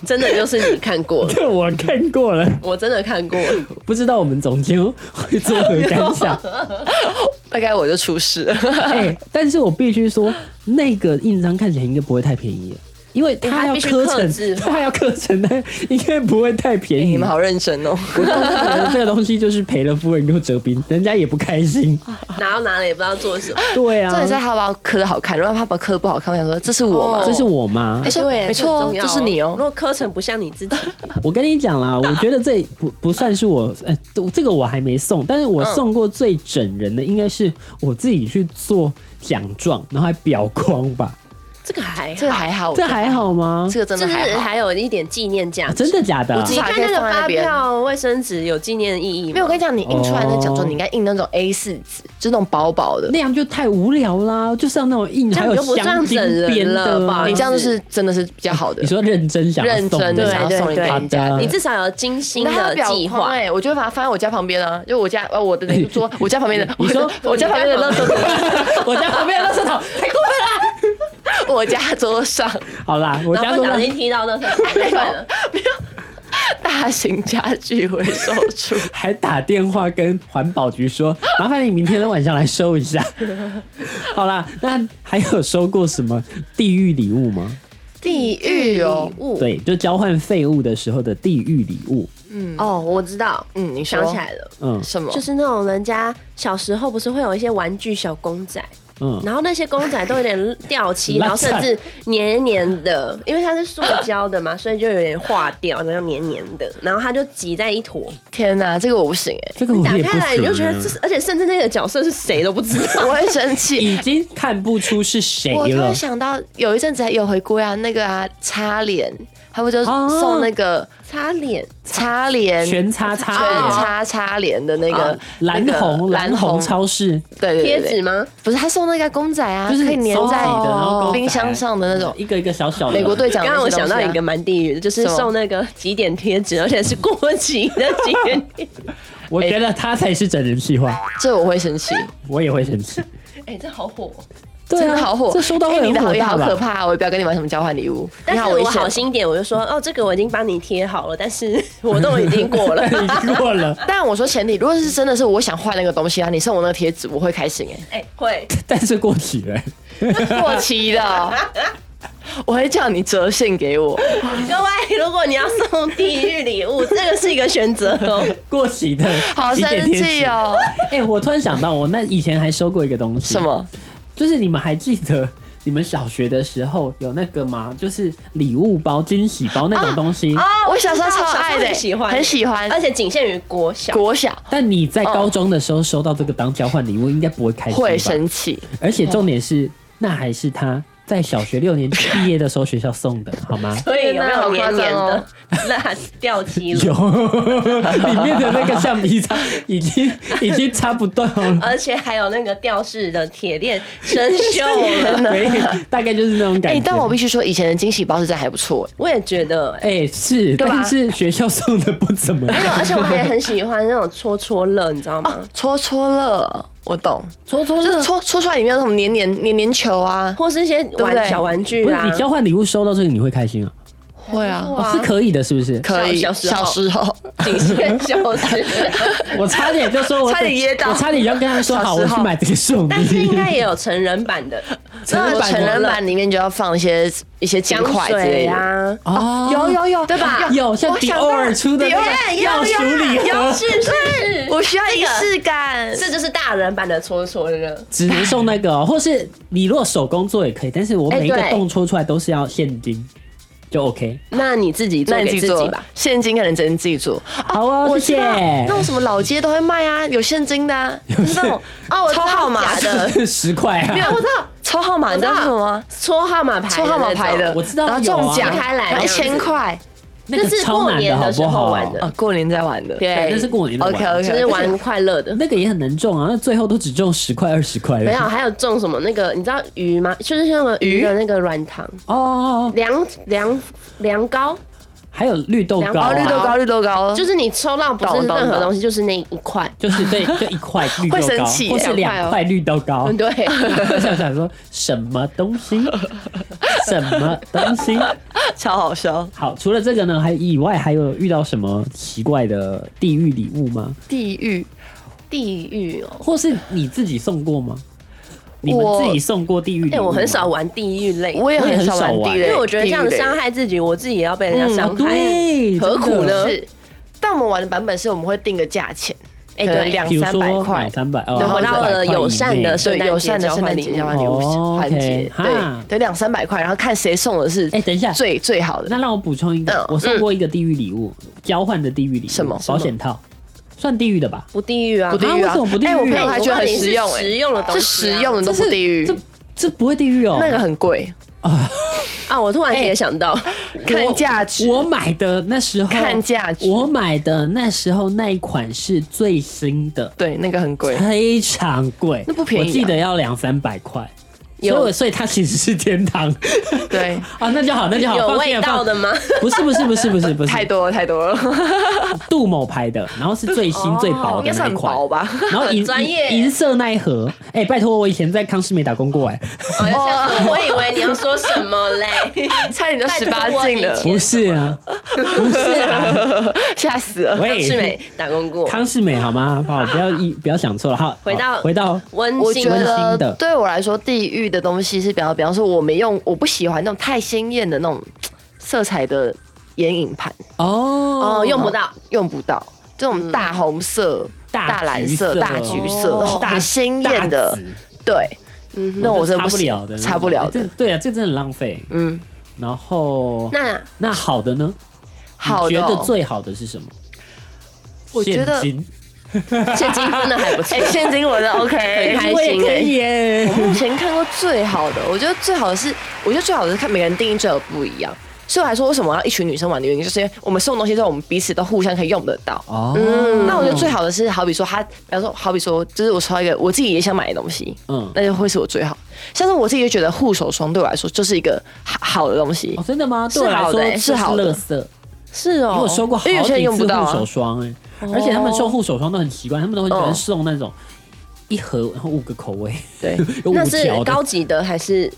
[SPEAKER 2] 真的就是你看
[SPEAKER 3] <laughs>
[SPEAKER 2] 过了，
[SPEAKER 1] 这我看过了，
[SPEAKER 2] 我真的看过了。
[SPEAKER 1] 不知道我们总监会作何感想？
[SPEAKER 3] 大概我就出事了。
[SPEAKER 2] <laughs>
[SPEAKER 1] 哎、但是我必须说，那个印章看起来应该不会太便宜，因为它要
[SPEAKER 2] 因为它必须
[SPEAKER 1] 刻
[SPEAKER 2] 刻
[SPEAKER 1] 成，
[SPEAKER 2] 字化
[SPEAKER 1] 它要刻成的，应该不会太便
[SPEAKER 2] <laughs>
[SPEAKER 1] 宜。
[SPEAKER 3] 你们好认真哦。
[SPEAKER 1] 我倒是觉得这个东西就是赔了夫人又折兵，人家也不开
[SPEAKER 2] <laughs>
[SPEAKER 1] 心。
[SPEAKER 2] 拿到拿了也不知道做什么，
[SPEAKER 1] 对
[SPEAKER 3] 重点是
[SPEAKER 1] 啊，
[SPEAKER 3] 他把我刻的好看，如果他把我刻的不好看，我想说这是我吗？
[SPEAKER 2] 哦
[SPEAKER 1] 这是我吗
[SPEAKER 3] 哎？说
[SPEAKER 2] 对，
[SPEAKER 3] 没错
[SPEAKER 2] 很重要
[SPEAKER 3] 这是你哦
[SPEAKER 2] 如果课程不像你自己，
[SPEAKER 1] 我跟你讲啦，我觉得这不不算是我，呃，这个我还没送，但是我
[SPEAKER 2] 嗯
[SPEAKER 1] 送过最整人的应该是我自己去做奖状，然后还裱框吧。
[SPEAKER 2] 这个还
[SPEAKER 3] 这个还
[SPEAKER 2] 哦
[SPEAKER 3] 好，
[SPEAKER 1] 这还，好吗？
[SPEAKER 3] 这个真
[SPEAKER 2] 就
[SPEAKER 3] 的
[SPEAKER 2] 是
[SPEAKER 3] 还好。
[SPEAKER 2] 还有一点纪念价值。
[SPEAKER 1] 真的假的啊？
[SPEAKER 2] 你看那个发票、卫生纸有纪念意义
[SPEAKER 3] 因为
[SPEAKER 2] 吗？
[SPEAKER 3] 我跟你讲，你印出来的奖状，
[SPEAKER 1] 哦
[SPEAKER 3] 你应该印那种 A 四纸，就是那种薄薄的。
[SPEAKER 1] 那样就太无聊啦，就是要那种硬
[SPEAKER 2] 这
[SPEAKER 1] 还
[SPEAKER 2] 样
[SPEAKER 1] 有
[SPEAKER 2] 你就不
[SPEAKER 1] 香精
[SPEAKER 2] 这样整人
[SPEAKER 1] 编
[SPEAKER 2] 了
[SPEAKER 1] 的啊。
[SPEAKER 2] 吧
[SPEAKER 3] 你这样就是真的是比较好
[SPEAKER 1] <laughs>
[SPEAKER 3] 的
[SPEAKER 1] 你，说认真想要
[SPEAKER 3] 认
[SPEAKER 1] 送
[SPEAKER 3] 真的
[SPEAKER 1] 的
[SPEAKER 3] 想要送
[SPEAKER 2] 对
[SPEAKER 3] 礼给
[SPEAKER 2] 对对
[SPEAKER 3] 人家。
[SPEAKER 1] 好的
[SPEAKER 2] 你至少有精心
[SPEAKER 3] 那
[SPEAKER 2] 的
[SPEAKER 3] 他表
[SPEAKER 2] 计
[SPEAKER 3] 框
[SPEAKER 2] 划。
[SPEAKER 3] 哎，我就会把它放在我家旁边啊，就我家呃我的那桌，我家旁边的，
[SPEAKER 1] 你说
[SPEAKER 3] <laughs> 我我家旁边的垃圾
[SPEAKER 1] <laughs> 我家旁边的垃圾桶
[SPEAKER 2] <laughs>
[SPEAKER 1] 太过
[SPEAKER 3] 桶， <laughs> 我家桌上
[SPEAKER 1] 分。好啦，我
[SPEAKER 2] 然
[SPEAKER 1] 家
[SPEAKER 2] 后不
[SPEAKER 1] 说
[SPEAKER 2] 小心踢到那个，算
[SPEAKER 3] 哦 <laughs>
[SPEAKER 2] 了，
[SPEAKER 3] 大型家具回收处，
[SPEAKER 1] 还打电话跟环保局
[SPEAKER 2] <laughs>
[SPEAKER 1] 说，麻烦你明天的晚上来收一下。好啦，那还有收过什么地狱礼物吗？
[SPEAKER 3] <laughs> 地狱哦
[SPEAKER 2] 礼，物
[SPEAKER 1] 对，就交换废物的时候的地狱礼物。
[SPEAKER 2] 哦，我知道，
[SPEAKER 3] 嗯，你说
[SPEAKER 2] 想起来了。
[SPEAKER 1] 嗯
[SPEAKER 3] 什么？
[SPEAKER 2] 就是那种人家小时候不是会有一些玩具小公仔，
[SPEAKER 1] 嗯，
[SPEAKER 2] 然后那些公仔都有点掉漆，然后
[SPEAKER 1] 烂菜
[SPEAKER 2] 甚至黏黏的，因为它是塑胶的嘛，所以就有点化掉，然后黏黏的，然后它就挤在一坨，
[SPEAKER 3] 天哪，这个我不行哎，
[SPEAKER 1] 这个我
[SPEAKER 2] 打
[SPEAKER 1] 也不
[SPEAKER 2] 开来你就
[SPEAKER 1] 行
[SPEAKER 2] 觉得
[SPEAKER 1] 啊
[SPEAKER 2] 这，是，而且甚至那个角色是谁都不知道。
[SPEAKER 3] <laughs> 我会生
[SPEAKER 1] <laughs>
[SPEAKER 3] 气。
[SPEAKER 1] 已经看不出是谁
[SPEAKER 3] 我突
[SPEAKER 1] 了
[SPEAKER 3] 然。想到有一阵子还有回归啊，那个啊擦脸，他不就
[SPEAKER 1] 哦
[SPEAKER 3] 送那个
[SPEAKER 2] 擦脸，
[SPEAKER 3] 擦脸
[SPEAKER 1] 全擦
[SPEAKER 3] 全
[SPEAKER 1] 擦脸，
[SPEAKER 3] 擦擦脸的那个
[SPEAKER 2] 哦
[SPEAKER 1] 蓝红
[SPEAKER 3] 那个
[SPEAKER 1] 蓝红超市，
[SPEAKER 3] 对对对
[SPEAKER 2] 贴
[SPEAKER 3] 对
[SPEAKER 2] 纸吗？
[SPEAKER 3] 不是他送那个公仔啊，
[SPEAKER 1] 就是
[SPEAKER 3] 可以粘
[SPEAKER 1] 收起
[SPEAKER 3] 在
[SPEAKER 1] 的然后公仔
[SPEAKER 3] 冰箱上的那种。
[SPEAKER 1] 哦一个一个小小的。
[SPEAKER 3] 美国队长
[SPEAKER 2] 刚刚
[SPEAKER 3] 那些东
[SPEAKER 2] 我
[SPEAKER 3] 西啊，
[SPEAKER 2] 想到一个蛮地狱的，就是
[SPEAKER 3] 什么
[SPEAKER 2] 送那个几点贴纸，而且是过期的几点贴纸。
[SPEAKER 1] 我觉得他才是整人计划，
[SPEAKER 3] 这我会生气，
[SPEAKER 1] 我也会生
[SPEAKER 3] <laughs>
[SPEAKER 1] 气。
[SPEAKER 2] <laughs> 哎，这好火！
[SPEAKER 1] 对
[SPEAKER 3] 真
[SPEAKER 1] 啊，
[SPEAKER 3] 的好火，
[SPEAKER 1] 这收到会
[SPEAKER 3] 哎你
[SPEAKER 1] 很
[SPEAKER 3] 的好
[SPEAKER 1] 火
[SPEAKER 3] 也
[SPEAKER 1] 大
[SPEAKER 3] 好
[SPEAKER 1] 吧。
[SPEAKER 3] <laughs> 可怕，啊我也不要跟你玩什么交换礼物，
[SPEAKER 2] 但
[SPEAKER 3] 你
[SPEAKER 2] 是
[SPEAKER 3] 好危
[SPEAKER 2] 我好
[SPEAKER 3] 险。
[SPEAKER 2] 心点，我就说哦，这个我已经帮你贴好了，但是 <laughs> 活动已经过了
[SPEAKER 1] 已经过了，
[SPEAKER 3] 但我说前提，如果是真的是我想换那个东西啊，你送我那个贴纸，我会开心 <laughs> <laughs> 哎、
[SPEAKER 2] 哎、会，
[SPEAKER 1] 但是过期了。
[SPEAKER 3] 过期的，我会叫你折现给我。
[SPEAKER 2] 各位，哎如果你要送地狱礼物，这个是一个选择哦。
[SPEAKER 1] 过期的，
[SPEAKER 3] 好
[SPEAKER 1] 几点
[SPEAKER 3] 生
[SPEAKER 1] 贴
[SPEAKER 3] 气
[SPEAKER 1] 纸！
[SPEAKER 3] 哦！
[SPEAKER 1] 哎、我突然想到，我那以前还收过一个东西，
[SPEAKER 3] 什？么？
[SPEAKER 1] 就是你们还记得你们小学的时候有那个吗？就是礼物包、惊喜包那
[SPEAKER 3] 啊
[SPEAKER 1] 种东西。
[SPEAKER 3] <laughs> 我小时候超爱的、欸
[SPEAKER 2] 很喜欢，
[SPEAKER 3] 很喜欢。
[SPEAKER 2] 而且仅限于国小。？
[SPEAKER 3] 国小
[SPEAKER 1] 但你在高中的时候收到这个当交换礼物，应该不会开心吧？
[SPEAKER 3] 哦会生气，
[SPEAKER 1] 而且重点是，那还是他在小学六年级毕业的时候学校送的，好吗
[SPEAKER 2] 所以有没有黏黏
[SPEAKER 3] 天哪好夸张
[SPEAKER 2] 的 <laughs>
[SPEAKER 3] 哦
[SPEAKER 2] 烂掉漆
[SPEAKER 3] <laughs>
[SPEAKER 1] 有，
[SPEAKER 2] 了？
[SPEAKER 1] 里面的那个橡皮擦已经已经擦不断了。
[SPEAKER 2] 而且还有那个吊饰的铁链生锈
[SPEAKER 3] <laughs>
[SPEAKER 2] 了。
[SPEAKER 1] 对，大概就是那种感
[SPEAKER 3] 哎、
[SPEAKER 1] 觉。
[SPEAKER 3] 但我必须说，以前的惊喜包是真的还不错、欸
[SPEAKER 2] 我也觉得、哎，
[SPEAKER 1] 哎、是，
[SPEAKER 3] 对吧
[SPEAKER 1] 但是学校送的不怎么样。
[SPEAKER 2] 没有，而且我还很喜欢那种戳戳乐，你知道吗？
[SPEAKER 3] 哎戳戳乐，我懂，
[SPEAKER 1] 戳戳
[SPEAKER 3] 就是戳戳出来里面有什么黏黏黏黏球啊，
[SPEAKER 2] 或是一些
[SPEAKER 3] 对不
[SPEAKER 2] 玩
[SPEAKER 3] 对
[SPEAKER 2] 小玩具
[SPEAKER 1] 不是
[SPEAKER 2] 啊
[SPEAKER 1] 你。交换礼物收到这个你会开心啊？
[SPEAKER 3] 会啊，
[SPEAKER 2] 哇
[SPEAKER 1] 哦，是可以的，是不是？
[SPEAKER 3] 可以。
[SPEAKER 2] 小小
[SPEAKER 3] 小
[SPEAKER 2] 时
[SPEAKER 3] 时 <laughs> 候，
[SPEAKER 2] 仅限小时，
[SPEAKER 3] <laughs>
[SPEAKER 1] 我差点就说我
[SPEAKER 3] 差点噎到
[SPEAKER 1] 我差点要跟他说好，
[SPEAKER 3] 小时
[SPEAKER 1] 我
[SPEAKER 3] 候
[SPEAKER 1] 去买这个送
[SPEAKER 2] 但是
[SPEAKER 1] 你
[SPEAKER 2] 应。该也有成人版的
[SPEAKER 1] 成人版
[SPEAKER 3] 成人
[SPEAKER 1] 的
[SPEAKER 3] 版里面就要放一些一些金
[SPEAKER 2] 香
[SPEAKER 3] 块之类
[SPEAKER 2] 水
[SPEAKER 3] 的。
[SPEAKER 2] 啊，
[SPEAKER 1] 哦，
[SPEAKER 3] 有有有，
[SPEAKER 2] 对吧
[SPEAKER 1] 有像
[SPEAKER 3] 我
[SPEAKER 1] 迪
[SPEAKER 3] 想
[SPEAKER 1] 奥
[SPEAKER 3] 到
[SPEAKER 1] 尔出的那个
[SPEAKER 3] 有
[SPEAKER 1] 药
[SPEAKER 3] 有
[SPEAKER 1] 鼠礼盒，
[SPEAKER 2] 是是是，
[SPEAKER 3] 我需要仪
[SPEAKER 2] 这个
[SPEAKER 3] 式感。
[SPEAKER 2] 这就是大人版的搓搓乐。
[SPEAKER 1] 只能送那
[SPEAKER 2] <laughs>
[SPEAKER 1] 个哦、或是你如果手工做也可以，但是我每一个
[SPEAKER 2] 哎对
[SPEAKER 1] 洞戳出来都是要现金，就 OK。
[SPEAKER 2] 那你自己做
[SPEAKER 3] 那你
[SPEAKER 2] 给自己
[SPEAKER 3] 做
[SPEAKER 2] 吧。，
[SPEAKER 3] 现金可能只能自己做。啊
[SPEAKER 1] 好哦，
[SPEAKER 3] 我
[SPEAKER 1] 谢
[SPEAKER 3] 知
[SPEAKER 1] 谢
[SPEAKER 3] 道。那种什么老街都会卖啊，有现金的、啊，就是那种
[SPEAKER 2] 哦，我
[SPEAKER 3] 抽号码
[SPEAKER 2] 假
[SPEAKER 1] <laughs>
[SPEAKER 2] 的，
[SPEAKER 1] 十块啊！
[SPEAKER 3] 我知道抽号码，你知道是什么吗？
[SPEAKER 2] 搓号码牌，
[SPEAKER 3] 抽号码牌的，
[SPEAKER 1] 我知道
[SPEAKER 3] 然后
[SPEAKER 1] 有啊
[SPEAKER 3] 中奖
[SPEAKER 2] 打开来
[SPEAKER 3] 然后一
[SPEAKER 2] 这样
[SPEAKER 3] 千
[SPEAKER 2] 子
[SPEAKER 3] 块，
[SPEAKER 1] 那个
[SPEAKER 2] 这是
[SPEAKER 1] 超
[SPEAKER 2] 过
[SPEAKER 1] 难
[SPEAKER 2] 年
[SPEAKER 1] 好
[SPEAKER 2] 的时
[SPEAKER 1] 不
[SPEAKER 2] 候
[SPEAKER 1] 好？
[SPEAKER 2] 玩的
[SPEAKER 3] 哦，过年在玩的，
[SPEAKER 1] 对，
[SPEAKER 2] 对
[SPEAKER 1] 那是过年的玩
[SPEAKER 3] OK，OK
[SPEAKER 2] 就是玩快乐的。
[SPEAKER 1] 那个也很难中啊，那最后都只中十块、二十块了。
[SPEAKER 2] 没有，还有中什么那个，你知道鱼吗？就是那个鱼的那个软糖，
[SPEAKER 1] 哦哦，哦
[SPEAKER 2] 凉凉凉糕，
[SPEAKER 1] 还有绿豆糕
[SPEAKER 3] 哦，
[SPEAKER 1] 啊，
[SPEAKER 3] 绿豆糕，绿豆糕，
[SPEAKER 2] 就是你抽到不是
[SPEAKER 3] 懂懂
[SPEAKER 2] 任何
[SPEAKER 3] 懂
[SPEAKER 2] 东西，就是那一块。
[SPEAKER 3] <laughs>
[SPEAKER 1] 就是
[SPEAKER 2] <laughs>
[SPEAKER 1] 对，就一块绿豆
[SPEAKER 3] 会生
[SPEAKER 1] 糕，
[SPEAKER 3] 气
[SPEAKER 1] 或是
[SPEAKER 2] 哦
[SPEAKER 1] 两
[SPEAKER 3] 两
[SPEAKER 1] 块
[SPEAKER 3] 块
[SPEAKER 1] 绿豆糕。
[SPEAKER 2] 对，
[SPEAKER 1] <laughs> 我想想说什么东
[SPEAKER 2] <laughs>
[SPEAKER 1] 西，什么东西？
[SPEAKER 3] 超好笑。
[SPEAKER 1] 好，除了这个呢，还以外还有遇到什么奇怪的地狱礼物吗？
[SPEAKER 3] 地狱，
[SPEAKER 2] 地狱哦。
[SPEAKER 1] 或是你自己送过吗？你们自己送过地狱礼
[SPEAKER 2] 哎，
[SPEAKER 1] 物吗？
[SPEAKER 2] 我很少玩地狱类，
[SPEAKER 3] 我也很少玩
[SPEAKER 1] 我也很少玩
[SPEAKER 3] 地狱，
[SPEAKER 2] 因为我觉得这样
[SPEAKER 3] 地狱
[SPEAKER 2] 伤害自己，我自己也要被人家
[SPEAKER 1] 啊
[SPEAKER 2] 伤害，哎
[SPEAKER 1] 对，
[SPEAKER 2] 何苦呢？
[SPEAKER 3] 是，但我们玩的版本是我们会定个价钱，
[SPEAKER 2] 哎，
[SPEAKER 3] 可能
[SPEAKER 2] 对，
[SPEAKER 3] 两
[SPEAKER 1] 比如
[SPEAKER 3] 三
[SPEAKER 1] 说
[SPEAKER 3] 百块
[SPEAKER 1] 两，三百，哦
[SPEAKER 2] 然后到了友善
[SPEAKER 1] 200
[SPEAKER 2] 的圣
[SPEAKER 3] 对，
[SPEAKER 2] 诞节
[SPEAKER 3] 友善的
[SPEAKER 2] 交
[SPEAKER 3] 圣
[SPEAKER 2] 换
[SPEAKER 3] 诞
[SPEAKER 2] 礼
[SPEAKER 3] 节
[SPEAKER 2] 物
[SPEAKER 3] 交换礼物
[SPEAKER 1] 哦
[SPEAKER 3] 环节
[SPEAKER 1] OK，，哈
[SPEAKER 3] 对，得两三百块，然后看谁送的是
[SPEAKER 1] 哎等一下
[SPEAKER 3] 最最好的
[SPEAKER 1] 那让我补充一个，
[SPEAKER 3] 嗯
[SPEAKER 1] 我送过一个地狱礼物，交换的地狱礼物，
[SPEAKER 3] 什么
[SPEAKER 1] 保险套，算地狱的吧？
[SPEAKER 2] 不地狱啊，哎
[SPEAKER 3] 不地
[SPEAKER 1] 啊
[SPEAKER 3] 狱
[SPEAKER 1] 为
[SPEAKER 3] 啊
[SPEAKER 1] 什么不！地
[SPEAKER 3] 我
[SPEAKER 1] 狱
[SPEAKER 3] 朋友还觉得很实用，
[SPEAKER 2] 我告诉你是实
[SPEAKER 3] 哎，
[SPEAKER 2] 用的东西
[SPEAKER 3] 是
[SPEAKER 2] 啊
[SPEAKER 3] 实用的都不地狱
[SPEAKER 1] 这，这不会地狱哦，
[SPEAKER 3] 那个很贵，
[SPEAKER 2] 啊！我突然
[SPEAKER 1] 哎
[SPEAKER 2] 也想到，
[SPEAKER 3] 看价值，
[SPEAKER 1] 我买的那时候
[SPEAKER 3] 看价值
[SPEAKER 1] 我买的那时候那一款是最新的，
[SPEAKER 3] 对那个很贵，
[SPEAKER 1] 非常贵，
[SPEAKER 3] 那不便宜啊
[SPEAKER 1] 我记得要两三百块。
[SPEAKER 2] 有
[SPEAKER 1] 所以我，所以它其实是天堂。
[SPEAKER 3] 对，
[SPEAKER 1] 啊，那就好，那就好。
[SPEAKER 2] 有
[SPEAKER 1] 放心
[SPEAKER 2] 味
[SPEAKER 1] 了
[SPEAKER 2] 道
[SPEAKER 1] <laughs>
[SPEAKER 2] 的？吗？
[SPEAKER 1] 放不是，不是，不是，不
[SPEAKER 3] <laughs>
[SPEAKER 1] 是，不
[SPEAKER 3] 太
[SPEAKER 1] 是，
[SPEAKER 3] 多了太多了，
[SPEAKER 1] 杜某牌的，然后是最新最薄
[SPEAKER 3] 哦应该
[SPEAKER 1] 的
[SPEAKER 3] 是
[SPEAKER 1] 那一
[SPEAKER 3] 很
[SPEAKER 1] 款。
[SPEAKER 3] 薄吧？
[SPEAKER 1] <laughs> 然后银
[SPEAKER 2] 很专业
[SPEAKER 1] 银银色那一盒，哎、拜托，我以前在康师美打工过、哎，
[SPEAKER 2] 我就想说 <laughs> 我以为你要说什么嘞？
[SPEAKER 3] 差点就十八禁了，
[SPEAKER 1] 不是啊，不是啊，
[SPEAKER 3] <laughs> 吓死了。
[SPEAKER 1] <laughs> 喂，
[SPEAKER 2] 是没打工过，
[SPEAKER 1] 康世美好吗？好，不要一不要想错了。好，
[SPEAKER 2] 回到
[SPEAKER 1] 好回到
[SPEAKER 2] 温
[SPEAKER 3] 我
[SPEAKER 2] 馨
[SPEAKER 3] 觉
[SPEAKER 1] 温馨的
[SPEAKER 3] 得对我来说，地狱的东西是比较，比方说我没用，我不喜欢那种太鲜艳的那种色彩的眼影盘，
[SPEAKER 1] 哦
[SPEAKER 2] 哦，用不到，
[SPEAKER 3] 用不到这种大红色、
[SPEAKER 1] 大
[SPEAKER 3] 大蓝色、
[SPEAKER 1] 橘色
[SPEAKER 3] 大橘色、
[SPEAKER 2] 哦
[SPEAKER 1] 大
[SPEAKER 3] 很鲜艳的
[SPEAKER 1] 大，紫
[SPEAKER 3] 对，
[SPEAKER 2] 嗯哼
[SPEAKER 3] 那我真的
[SPEAKER 1] 擦不
[SPEAKER 3] 行
[SPEAKER 1] 了的，
[SPEAKER 3] 擦不了的
[SPEAKER 1] 这。对啊，这真的很浪费。
[SPEAKER 3] 嗯，
[SPEAKER 1] 然后那
[SPEAKER 2] 那
[SPEAKER 1] 好的呢？
[SPEAKER 3] 好
[SPEAKER 1] 你
[SPEAKER 3] 的
[SPEAKER 1] 觉
[SPEAKER 3] 哦
[SPEAKER 1] 得最好的是什么？
[SPEAKER 3] 我觉得
[SPEAKER 1] 现金
[SPEAKER 2] 现金分的还不错 <laughs>
[SPEAKER 3] 哎，，现金我的
[SPEAKER 1] <laughs>
[SPEAKER 3] OK，
[SPEAKER 2] 很开心哎
[SPEAKER 1] 我也可以耶
[SPEAKER 3] <laughs> 我目前看过最好的，我觉得最好的是，我觉得最好的是看每个人定义最好不一样。所以我还说，为什么要一群女生玩的原因，就是因为我们送东西之后，我们彼此都互相可以用得到。
[SPEAKER 1] 哦，
[SPEAKER 3] 嗯，那我觉得最好的是，好比说他，比方说，好比说，就是我抽到一个我自己也想买的东西，
[SPEAKER 1] 嗯
[SPEAKER 3] 嗯，那就会是我最好。像是我自己就觉得护手霜对我来说就是一个好好的东西
[SPEAKER 1] 哦，真的吗？对我
[SPEAKER 3] 是
[SPEAKER 1] 来
[SPEAKER 3] 好的
[SPEAKER 1] 说
[SPEAKER 3] 欸是好的
[SPEAKER 1] 垃圾。
[SPEAKER 3] 是哦
[SPEAKER 1] 因为我收过好
[SPEAKER 3] 因为有
[SPEAKER 1] 几
[SPEAKER 3] 些人
[SPEAKER 1] 次
[SPEAKER 3] 用不到
[SPEAKER 1] 护
[SPEAKER 3] 啊
[SPEAKER 1] 手，霜哎、而且他们送护手霜都很奇怪，他们都很喜欢
[SPEAKER 3] 哦
[SPEAKER 1] 送那种一盒然后五个口味， <laughs>
[SPEAKER 3] 对，
[SPEAKER 1] 有五
[SPEAKER 2] 那是
[SPEAKER 1] 条的
[SPEAKER 2] 高，级的还是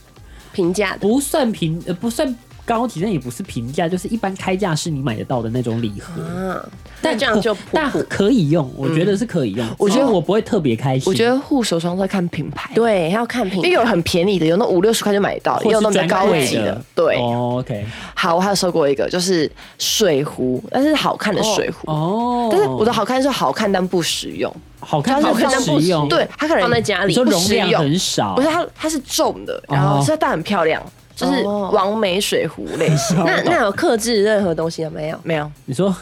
[SPEAKER 2] 平价的？
[SPEAKER 1] 不算平呃不算高级，但也不是平价，就是一般开价是你买得到的那种礼盒，
[SPEAKER 3] 啊
[SPEAKER 2] 嗯，
[SPEAKER 1] 但
[SPEAKER 2] 那这样
[SPEAKER 1] 可
[SPEAKER 2] 就普
[SPEAKER 1] 但
[SPEAKER 2] 普
[SPEAKER 1] 可以用，我觉得是可以用，我
[SPEAKER 3] 嗯觉得
[SPEAKER 1] 我不会特别开心，
[SPEAKER 3] 我觉得护手霜在看品牌，，
[SPEAKER 2] 对，哎要看品
[SPEAKER 3] 因为有很便宜的，有那五六十块就买得到，
[SPEAKER 1] 或
[SPEAKER 3] 也有
[SPEAKER 1] 是
[SPEAKER 3] 那种比较
[SPEAKER 1] 专
[SPEAKER 3] 高
[SPEAKER 1] 柜
[SPEAKER 3] 级的，对。
[SPEAKER 1] 哦，OK，
[SPEAKER 3] 好，我还有收过一个，就是水壶，但是好看的水壶。
[SPEAKER 1] 哦，
[SPEAKER 3] 但是我的好看是好看但不实用，
[SPEAKER 1] 好看
[SPEAKER 3] 它
[SPEAKER 1] 好
[SPEAKER 3] 是
[SPEAKER 1] 看
[SPEAKER 3] 放
[SPEAKER 1] 实用，
[SPEAKER 3] 对，它可能
[SPEAKER 2] 放在家
[SPEAKER 1] 你
[SPEAKER 2] 里
[SPEAKER 1] 说
[SPEAKER 3] 不
[SPEAKER 1] 容
[SPEAKER 3] 实
[SPEAKER 1] 量
[SPEAKER 3] 用
[SPEAKER 1] 很少，
[SPEAKER 3] 不是它它是重的，然后
[SPEAKER 1] 哦
[SPEAKER 3] 是但很漂亮，就是
[SPEAKER 2] 哦
[SPEAKER 3] 完美水壶类型。
[SPEAKER 1] 哦
[SPEAKER 2] 那那有克制任何东西有没有？
[SPEAKER 3] 没有，
[SPEAKER 1] 你说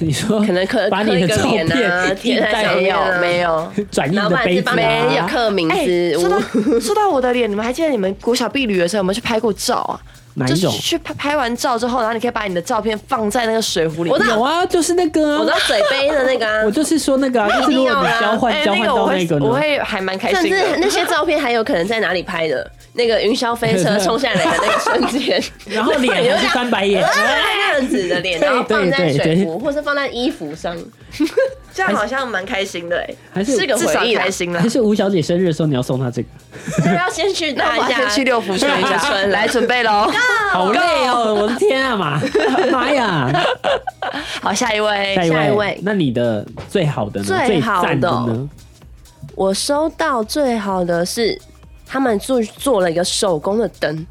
[SPEAKER 1] 你说
[SPEAKER 2] 可能刻
[SPEAKER 1] 把你的
[SPEAKER 2] 刻一个
[SPEAKER 1] 照
[SPEAKER 2] 脸啊
[SPEAKER 1] 片
[SPEAKER 2] 贴
[SPEAKER 1] 印
[SPEAKER 2] 在上
[SPEAKER 1] 在
[SPEAKER 2] 面
[SPEAKER 3] 没有，
[SPEAKER 2] 啊
[SPEAKER 3] 没有。
[SPEAKER 1] <laughs> 转印
[SPEAKER 2] 然后
[SPEAKER 1] 的
[SPEAKER 2] 不然
[SPEAKER 1] 杯
[SPEAKER 2] 就
[SPEAKER 1] 子
[SPEAKER 2] 帮别人
[SPEAKER 1] 啊，
[SPEAKER 2] 刻名
[SPEAKER 3] 哎
[SPEAKER 2] 字，，
[SPEAKER 3] 说到
[SPEAKER 2] 我
[SPEAKER 3] 说到我的脸，你们还记得你们国小毕旅的时候有没有去拍过照啊？
[SPEAKER 1] 哪一
[SPEAKER 3] 就是
[SPEAKER 1] 种？
[SPEAKER 3] 去拍拍完照之后，然后你可以把你的照片放在那个水壶里面。
[SPEAKER 2] 知道
[SPEAKER 1] 有啊，就是那个啊，
[SPEAKER 2] <laughs> 我知道嘴杯的那个
[SPEAKER 1] <laughs>
[SPEAKER 2] 啊
[SPEAKER 1] 我，就是说那个啊，就是如果你交换
[SPEAKER 3] 哎
[SPEAKER 1] 交换
[SPEAKER 3] 我
[SPEAKER 1] 到
[SPEAKER 3] 会
[SPEAKER 1] 那个
[SPEAKER 3] 我
[SPEAKER 1] 呢，
[SPEAKER 3] 会还蛮开
[SPEAKER 2] 甚
[SPEAKER 3] 心
[SPEAKER 2] 至
[SPEAKER 1] 啊
[SPEAKER 3] 的。
[SPEAKER 2] 那些照片还有可能在哪里拍的？那个云霄飞
[SPEAKER 1] <laughs>
[SPEAKER 2] 车冲下来的那个瞬间，
[SPEAKER 1] 然后
[SPEAKER 2] 你就
[SPEAKER 1] 脸还
[SPEAKER 2] 这
[SPEAKER 1] 是
[SPEAKER 2] 样
[SPEAKER 1] 翻白眼，
[SPEAKER 2] <laughs> 那样子的脸，
[SPEAKER 1] 对
[SPEAKER 2] 然后放在
[SPEAKER 1] 对对
[SPEAKER 2] 水
[SPEAKER 1] 对
[SPEAKER 2] 壶或是放在衣服上，
[SPEAKER 1] <laughs>
[SPEAKER 3] 这样好像蛮开心的哎、
[SPEAKER 1] 还是
[SPEAKER 2] 是个
[SPEAKER 3] 至少
[SPEAKER 2] 回忆啦
[SPEAKER 3] 开。 <laughs> 心了
[SPEAKER 1] 还。是吴小姐生日的时候你要送她这个，
[SPEAKER 2] 那要先去
[SPEAKER 3] 那
[SPEAKER 2] 搭
[SPEAKER 3] 我
[SPEAKER 2] 一
[SPEAKER 3] 先
[SPEAKER 2] 下，，
[SPEAKER 3] 去六福村一下来准备喽。
[SPEAKER 1] 好累哦，我的天啊妈，妈呀！
[SPEAKER 3] 好，下一位，
[SPEAKER 1] 下一
[SPEAKER 2] 下一
[SPEAKER 1] 位
[SPEAKER 2] 位，
[SPEAKER 1] 那你的最好的呢？最
[SPEAKER 2] 最好的
[SPEAKER 1] 赞的呢？
[SPEAKER 2] 我收到最好的是。他们做做了一个手工的灯，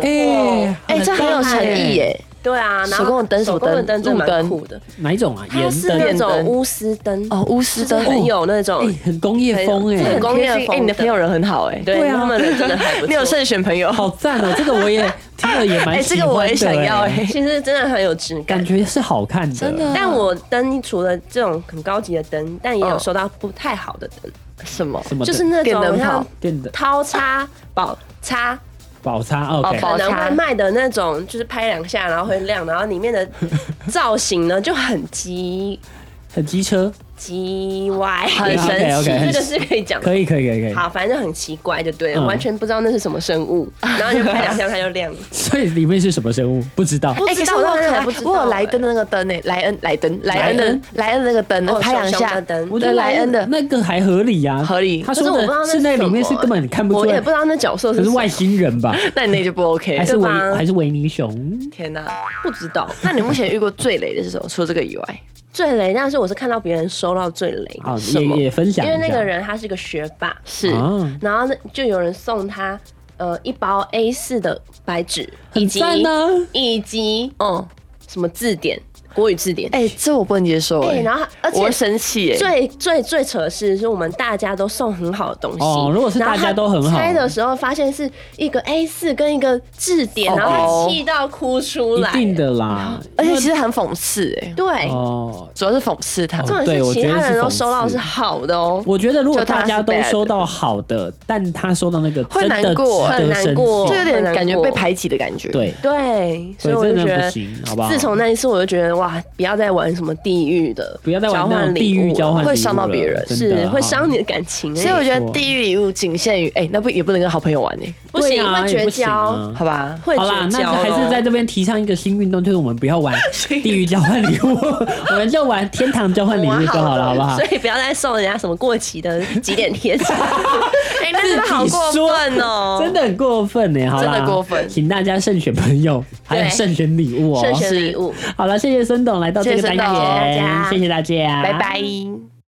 [SPEAKER 1] 哎
[SPEAKER 3] 哎、这很有诚意耶、
[SPEAKER 2] 对啊，然后
[SPEAKER 3] 手工的灯什
[SPEAKER 2] 手
[SPEAKER 3] 么
[SPEAKER 2] 工的
[SPEAKER 3] 灯
[SPEAKER 2] 灯真的
[SPEAKER 3] 路
[SPEAKER 2] 蛮
[SPEAKER 3] 灯
[SPEAKER 2] 酷的，
[SPEAKER 1] 哪一种啊？
[SPEAKER 2] 它
[SPEAKER 1] 盐
[SPEAKER 2] 是那
[SPEAKER 1] 灯，
[SPEAKER 2] 种钨丝灯，
[SPEAKER 3] 哦，巫师
[SPEAKER 2] 就是
[SPEAKER 3] 灯，
[SPEAKER 2] 很
[SPEAKER 3] 哦
[SPEAKER 2] 有那种
[SPEAKER 1] 哎，很工业风
[SPEAKER 2] 很
[SPEAKER 1] 哎
[SPEAKER 2] 很，工业
[SPEAKER 3] 贴心
[SPEAKER 2] 风
[SPEAKER 3] 哎、你的
[SPEAKER 2] 的
[SPEAKER 3] 朋友人很好哎、
[SPEAKER 2] 对，
[SPEAKER 1] 对啊
[SPEAKER 2] 他们的真的
[SPEAKER 3] <laughs>
[SPEAKER 2] 还不错。
[SPEAKER 3] 你有慎选朋友。
[SPEAKER 1] 好赞哦！这个我也听了也蛮
[SPEAKER 3] 哎、
[SPEAKER 1] 喜
[SPEAKER 3] 这
[SPEAKER 1] 欢的，
[SPEAKER 3] 个我也想要哎、
[SPEAKER 2] 其实真的很有质感
[SPEAKER 1] 感。觉是好看的，真
[SPEAKER 3] 的
[SPEAKER 2] 但我灯除了这种很高级的灯，但也有
[SPEAKER 3] 嗯
[SPEAKER 2] 收到不太好的灯，
[SPEAKER 3] 什么？
[SPEAKER 1] 什么的
[SPEAKER 2] 就是那
[SPEAKER 3] 电
[SPEAKER 2] 种
[SPEAKER 3] 灯
[SPEAKER 2] 像
[SPEAKER 3] 泡
[SPEAKER 1] 电的
[SPEAKER 2] 掏叉、宝叉，
[SPEAKER 1] 宝叉 OK，
[SPEAKER 3] 宝
[SPEAKER 2] 可能
[SPEAKER 3] 叉
[SPEAKER 2] 会卖的那种，就是拍两下然后会亮，然后里面的 <laughs> 造型呢就很鸡
[SPEAKER 1] 很机车，
[SPEAKER 2] 鸡歪，
[SPEAKER 3] 很
[SPEAKER 1] 神奇哎 OK，OK，很
[SPEAKER 2] 这个是可以讲的。
[SPEAKER 1] 可以可以可以可以。
[SPEAKER 2] 好，反正就很奇怪，就对了，
[SPEAKER 1] 嗯
[SPEAKER 2] 完全不知道那是什么生物，然后就拍两下它就亮了。
[SPEAKER 1] 所以里面是什么生物？不知道。
[SPEAKER 2] 不
[SPEAKER 3] 哎、
[SPEAKER 2] 知
[SPEAKER 3] 可是
[SPEAKER 2] 道
[SPEAKER 3] 我
[SPEAKER 2] 当
[SPEAKER 3] 有
[SPEAKER 2] 然
[SPEAKER 3] 来
[SPEAKER 2] 不知道
[SPEAKER 3] 我有莱登的那个灯哎、莱恩莱登莱恩
[SPEAKER 1] 莱
[SPEAKER 3] 的
[SPEAKER 1] 恩
[SPEAKER 3] 莱恩的那个灯、
[SPEAKER 2] 哦
[SPEAKER 3] 拍两
[SPEAKER 2] 熊熊
[SPEAKER 3] 下
[SPEAKER 2] 的灯
[SPEAKER 1] 我觉得
[SPEAKER 3] 对莱恩的。
[SPEAKER 1] 那个还合理呀、
[SPEAKER 3] 合理
[SPEAKER 1] 他
[SPEAKER 2] 可
[SPEAKER 1] <laughs>
[SPEAKER 2] 是
[SPEAKER 1] 说
[SPEAKER 2] 我不知道
[SPEAKER 1] 的
[SPEAKER 2] 那
[SPEAKER 1] 是那
[SPEAKER 2] 什
[SPEAKER 1] 里面
[SPEAKER 2] 么
[SPEAKER 1] 是根本看不出
[SPEAKER 2] 我也
[SPEAKER 1] 来
[SPEAKER 2] 不，知道那角色
[SPEAKER 1] 可
[SPEAKER 2] 是
[SPEAKER 1] 是
[SPEAKER 2] 什么
[SPEAKER 1] 外星人吧？
[SPEAKER 3] 那你那就不 <laughs> OK，
[SPEAKER 1] 还是维
[SPEAKER 2] 对吧
[SPEAKER 1] 还是维尼熊？
[SPEAKER 3] 天哪、
[SPEAKER 2] 不知道。
[SPEAKER 3] 那你目前遇过最雷的是什么？除了这个以外，
[SPEAKER 2] 最雷，但是我是看到别人收到最雷
[SPEAKER 1] 好，
[SPEAKER 2] 的，
[SPEAKER 1] 也哦也分享一
[SPEAKER 2] 因
[SPEAKER 1] 下。
[SPEAKER 2] 为那个人他是个学霸，
[SPEAKER 3] 是
[SPEAKER 1] 啊，
[SPEAKER 2] 然后呢就有人送他呃一包 A 4的白纸，以及
[SPEAKER 1] 赞呢、啊哦
[SPEAKER 2] 以及
[SPEAKER 3] 嗯，
[SPEAKER 2] 什么字典，国语字典。
[SPEAKER 3] 哎、这我不能接受哎、
[SPEAKER 2] 哎然后而且
[SPEAKER 3] 我会生气哎、
[SPEAKER 2] 最最最扯的是，是我们大家都送很好的东西。
[SPEAKER 1] 哦如果是
[SPEAKER 2] 然后
[SPEAKER 1] 大家都很好
[SPEAKER 2] 他拆的时候发现是一个 A 四跟一个字典，
[SPEAKER 3] 哦
[SPEAKER 2] 然后他气到哭出
[SPEAKER 1] 一
[SPEAKER 2] 来。
[SPEAKER 1] 定的啦。
[SPEAKER 3] 而且其实很讽刺哎、
[SPEAKER 2] 对，
[SPEAKER 1] 哦，
[SPEAKER 3] 主要是讽刺他。
[SPEAKER 1] 哦
[SPEAKER 2] 重
[SPEAKER 1] 对
[SPEAKER 2] 点
[SPEAKER 1] 我
[SPEAKER 2] 是其
[SPEAKER 1] 觉得
[SPEAKER 2] 他
[SPEAKER 1] 是
[SPEAKER 2] 人
[SPEAKER 1] 讽
[SPEAKER 2] 都
[SPEAKER 1] 刺
[SPEAKER 2] 收到的是好的哦。
[SPEAKER 1] 我觉得如果
[SPEAKER 3] 就他
[SPEAKER 1] 大家
[SPEAKER 3] 是
[SPEAKER 1] 都
[SPEAKER 3] bad 的
[SPEAKER 1] 收到好的，但他收到那个
[SPEAKER 3] 会
[SPEAKER 1] 真的
[SPEAKER 3] 难过
[SPEAKER 1] 值得
[SPEAKER 2] 很难
[SPEAKER 1] 生气
[SPEAKER 2] 过
[SPEAKER 3] 就有点感觉
[SPEAKER 2] 很难过
[SPEAKER 3] 被排挤的感觉。，
[SPEAKER 1] 对，
[SPEAKER 2] 对，所
[SPEAKER 1] 对
[SPEAKER 2] 以我就
[SPEAKER 1] 真的
[SPEAKER 2] 觉
[SPEAKER 1] 不
[SPEAKER 2] 得
[SPEAKER 1] 行好不好
[SPEAKER 2] 自从那一次，我就觉得哇，不要再玩什么地狱的，
[SPEAKER 1] 不要再玩
[SPEAKER 2] 交
[SPEAKER 1] 那种
[SPEAKER 2] 换
[SPEAKER 1] 地
[SPEAKER 2] 礼
[SPEAKER 1] 狱
[SPEAKER 2] 物
[SPEAKER 1] 交换
[SPEAKER 2] 了
[SPEAKER 1] 礼物
[SPEAKER 3] 会伤到别人
[SPEAKER 1] 了真的啊
[SPEAKER 2] 是
[SPEAKER 1] 好
[SPEAKER 2] 会伤你的感情欸。
[SPEAKER 3] 所以我觉
[SPEAKER 1] 没
[SPEAKER 3] 得
[SPEAKER 1] 错
[SPEAKER 3] 地狱礼物仅限于哎、那不也不能跟好朋友玩哎、
[SPEAKER 2] 不
[SPEAKER 1] 对
[SPEAKER 2] 行
[SPEAKER 1] 啊
[SPEAKER 2] 会
[SPEAKER 1] 也不
[SPEAKER 2] 绝
[SPEAKER 1] 行
[SPEAKER 2] 交
[SPEAKER 1] 啊
[SPEAKER 3] 好吧？
[SPEAKER 2] 会
[SPEAKER 1] 好啦
[SPEAKER 2] 绝，
[SPEAKER 1] 那
[SPEAKER 2] 交
[SPEAKER 1] 还是
[SPEAKER 2] 咯
[SPEAKER 1] 在这边提倡一个新运动，就是我们不要玩地狱交换礼物， <laughs> 我们就玩天堂交换礼物就好
[SPEAKER 2] <laughs>
[SPEAKER 1] 了，好不好
[SPEAKER 2] 所？以不要再送人家什么过期的几点贴
[SPEAKER 1] <laughs>
[SPEAKER 2] 纸，
[SPEAKER 3] 哎、那真的好过分哦、
[SPEAKER 1] 真的很过分呢，好啦，
[SPEAKER 3] 真的过分
[SPEAKER 1] 请大家慎选朋友，还有
[SPEAKER 2] 对
[SPEAKER 1] 慎选礼物哦。
[SPEAKER 2] 慎选礼物。
[SPEAKER 1] 好了，谢谢孙董来到这个
[SPEAKER 3] 谢谢
[SPEAKER 1] 单
[SPEAKER 3] 孙董
[SPEAKER 1] 元，
[SPEAKER 2] 谢谢大家
[SPEAKER 3] 啊
[SPEAKER 1] 谢谢大家，
[SPEAKER 3] 拜拜。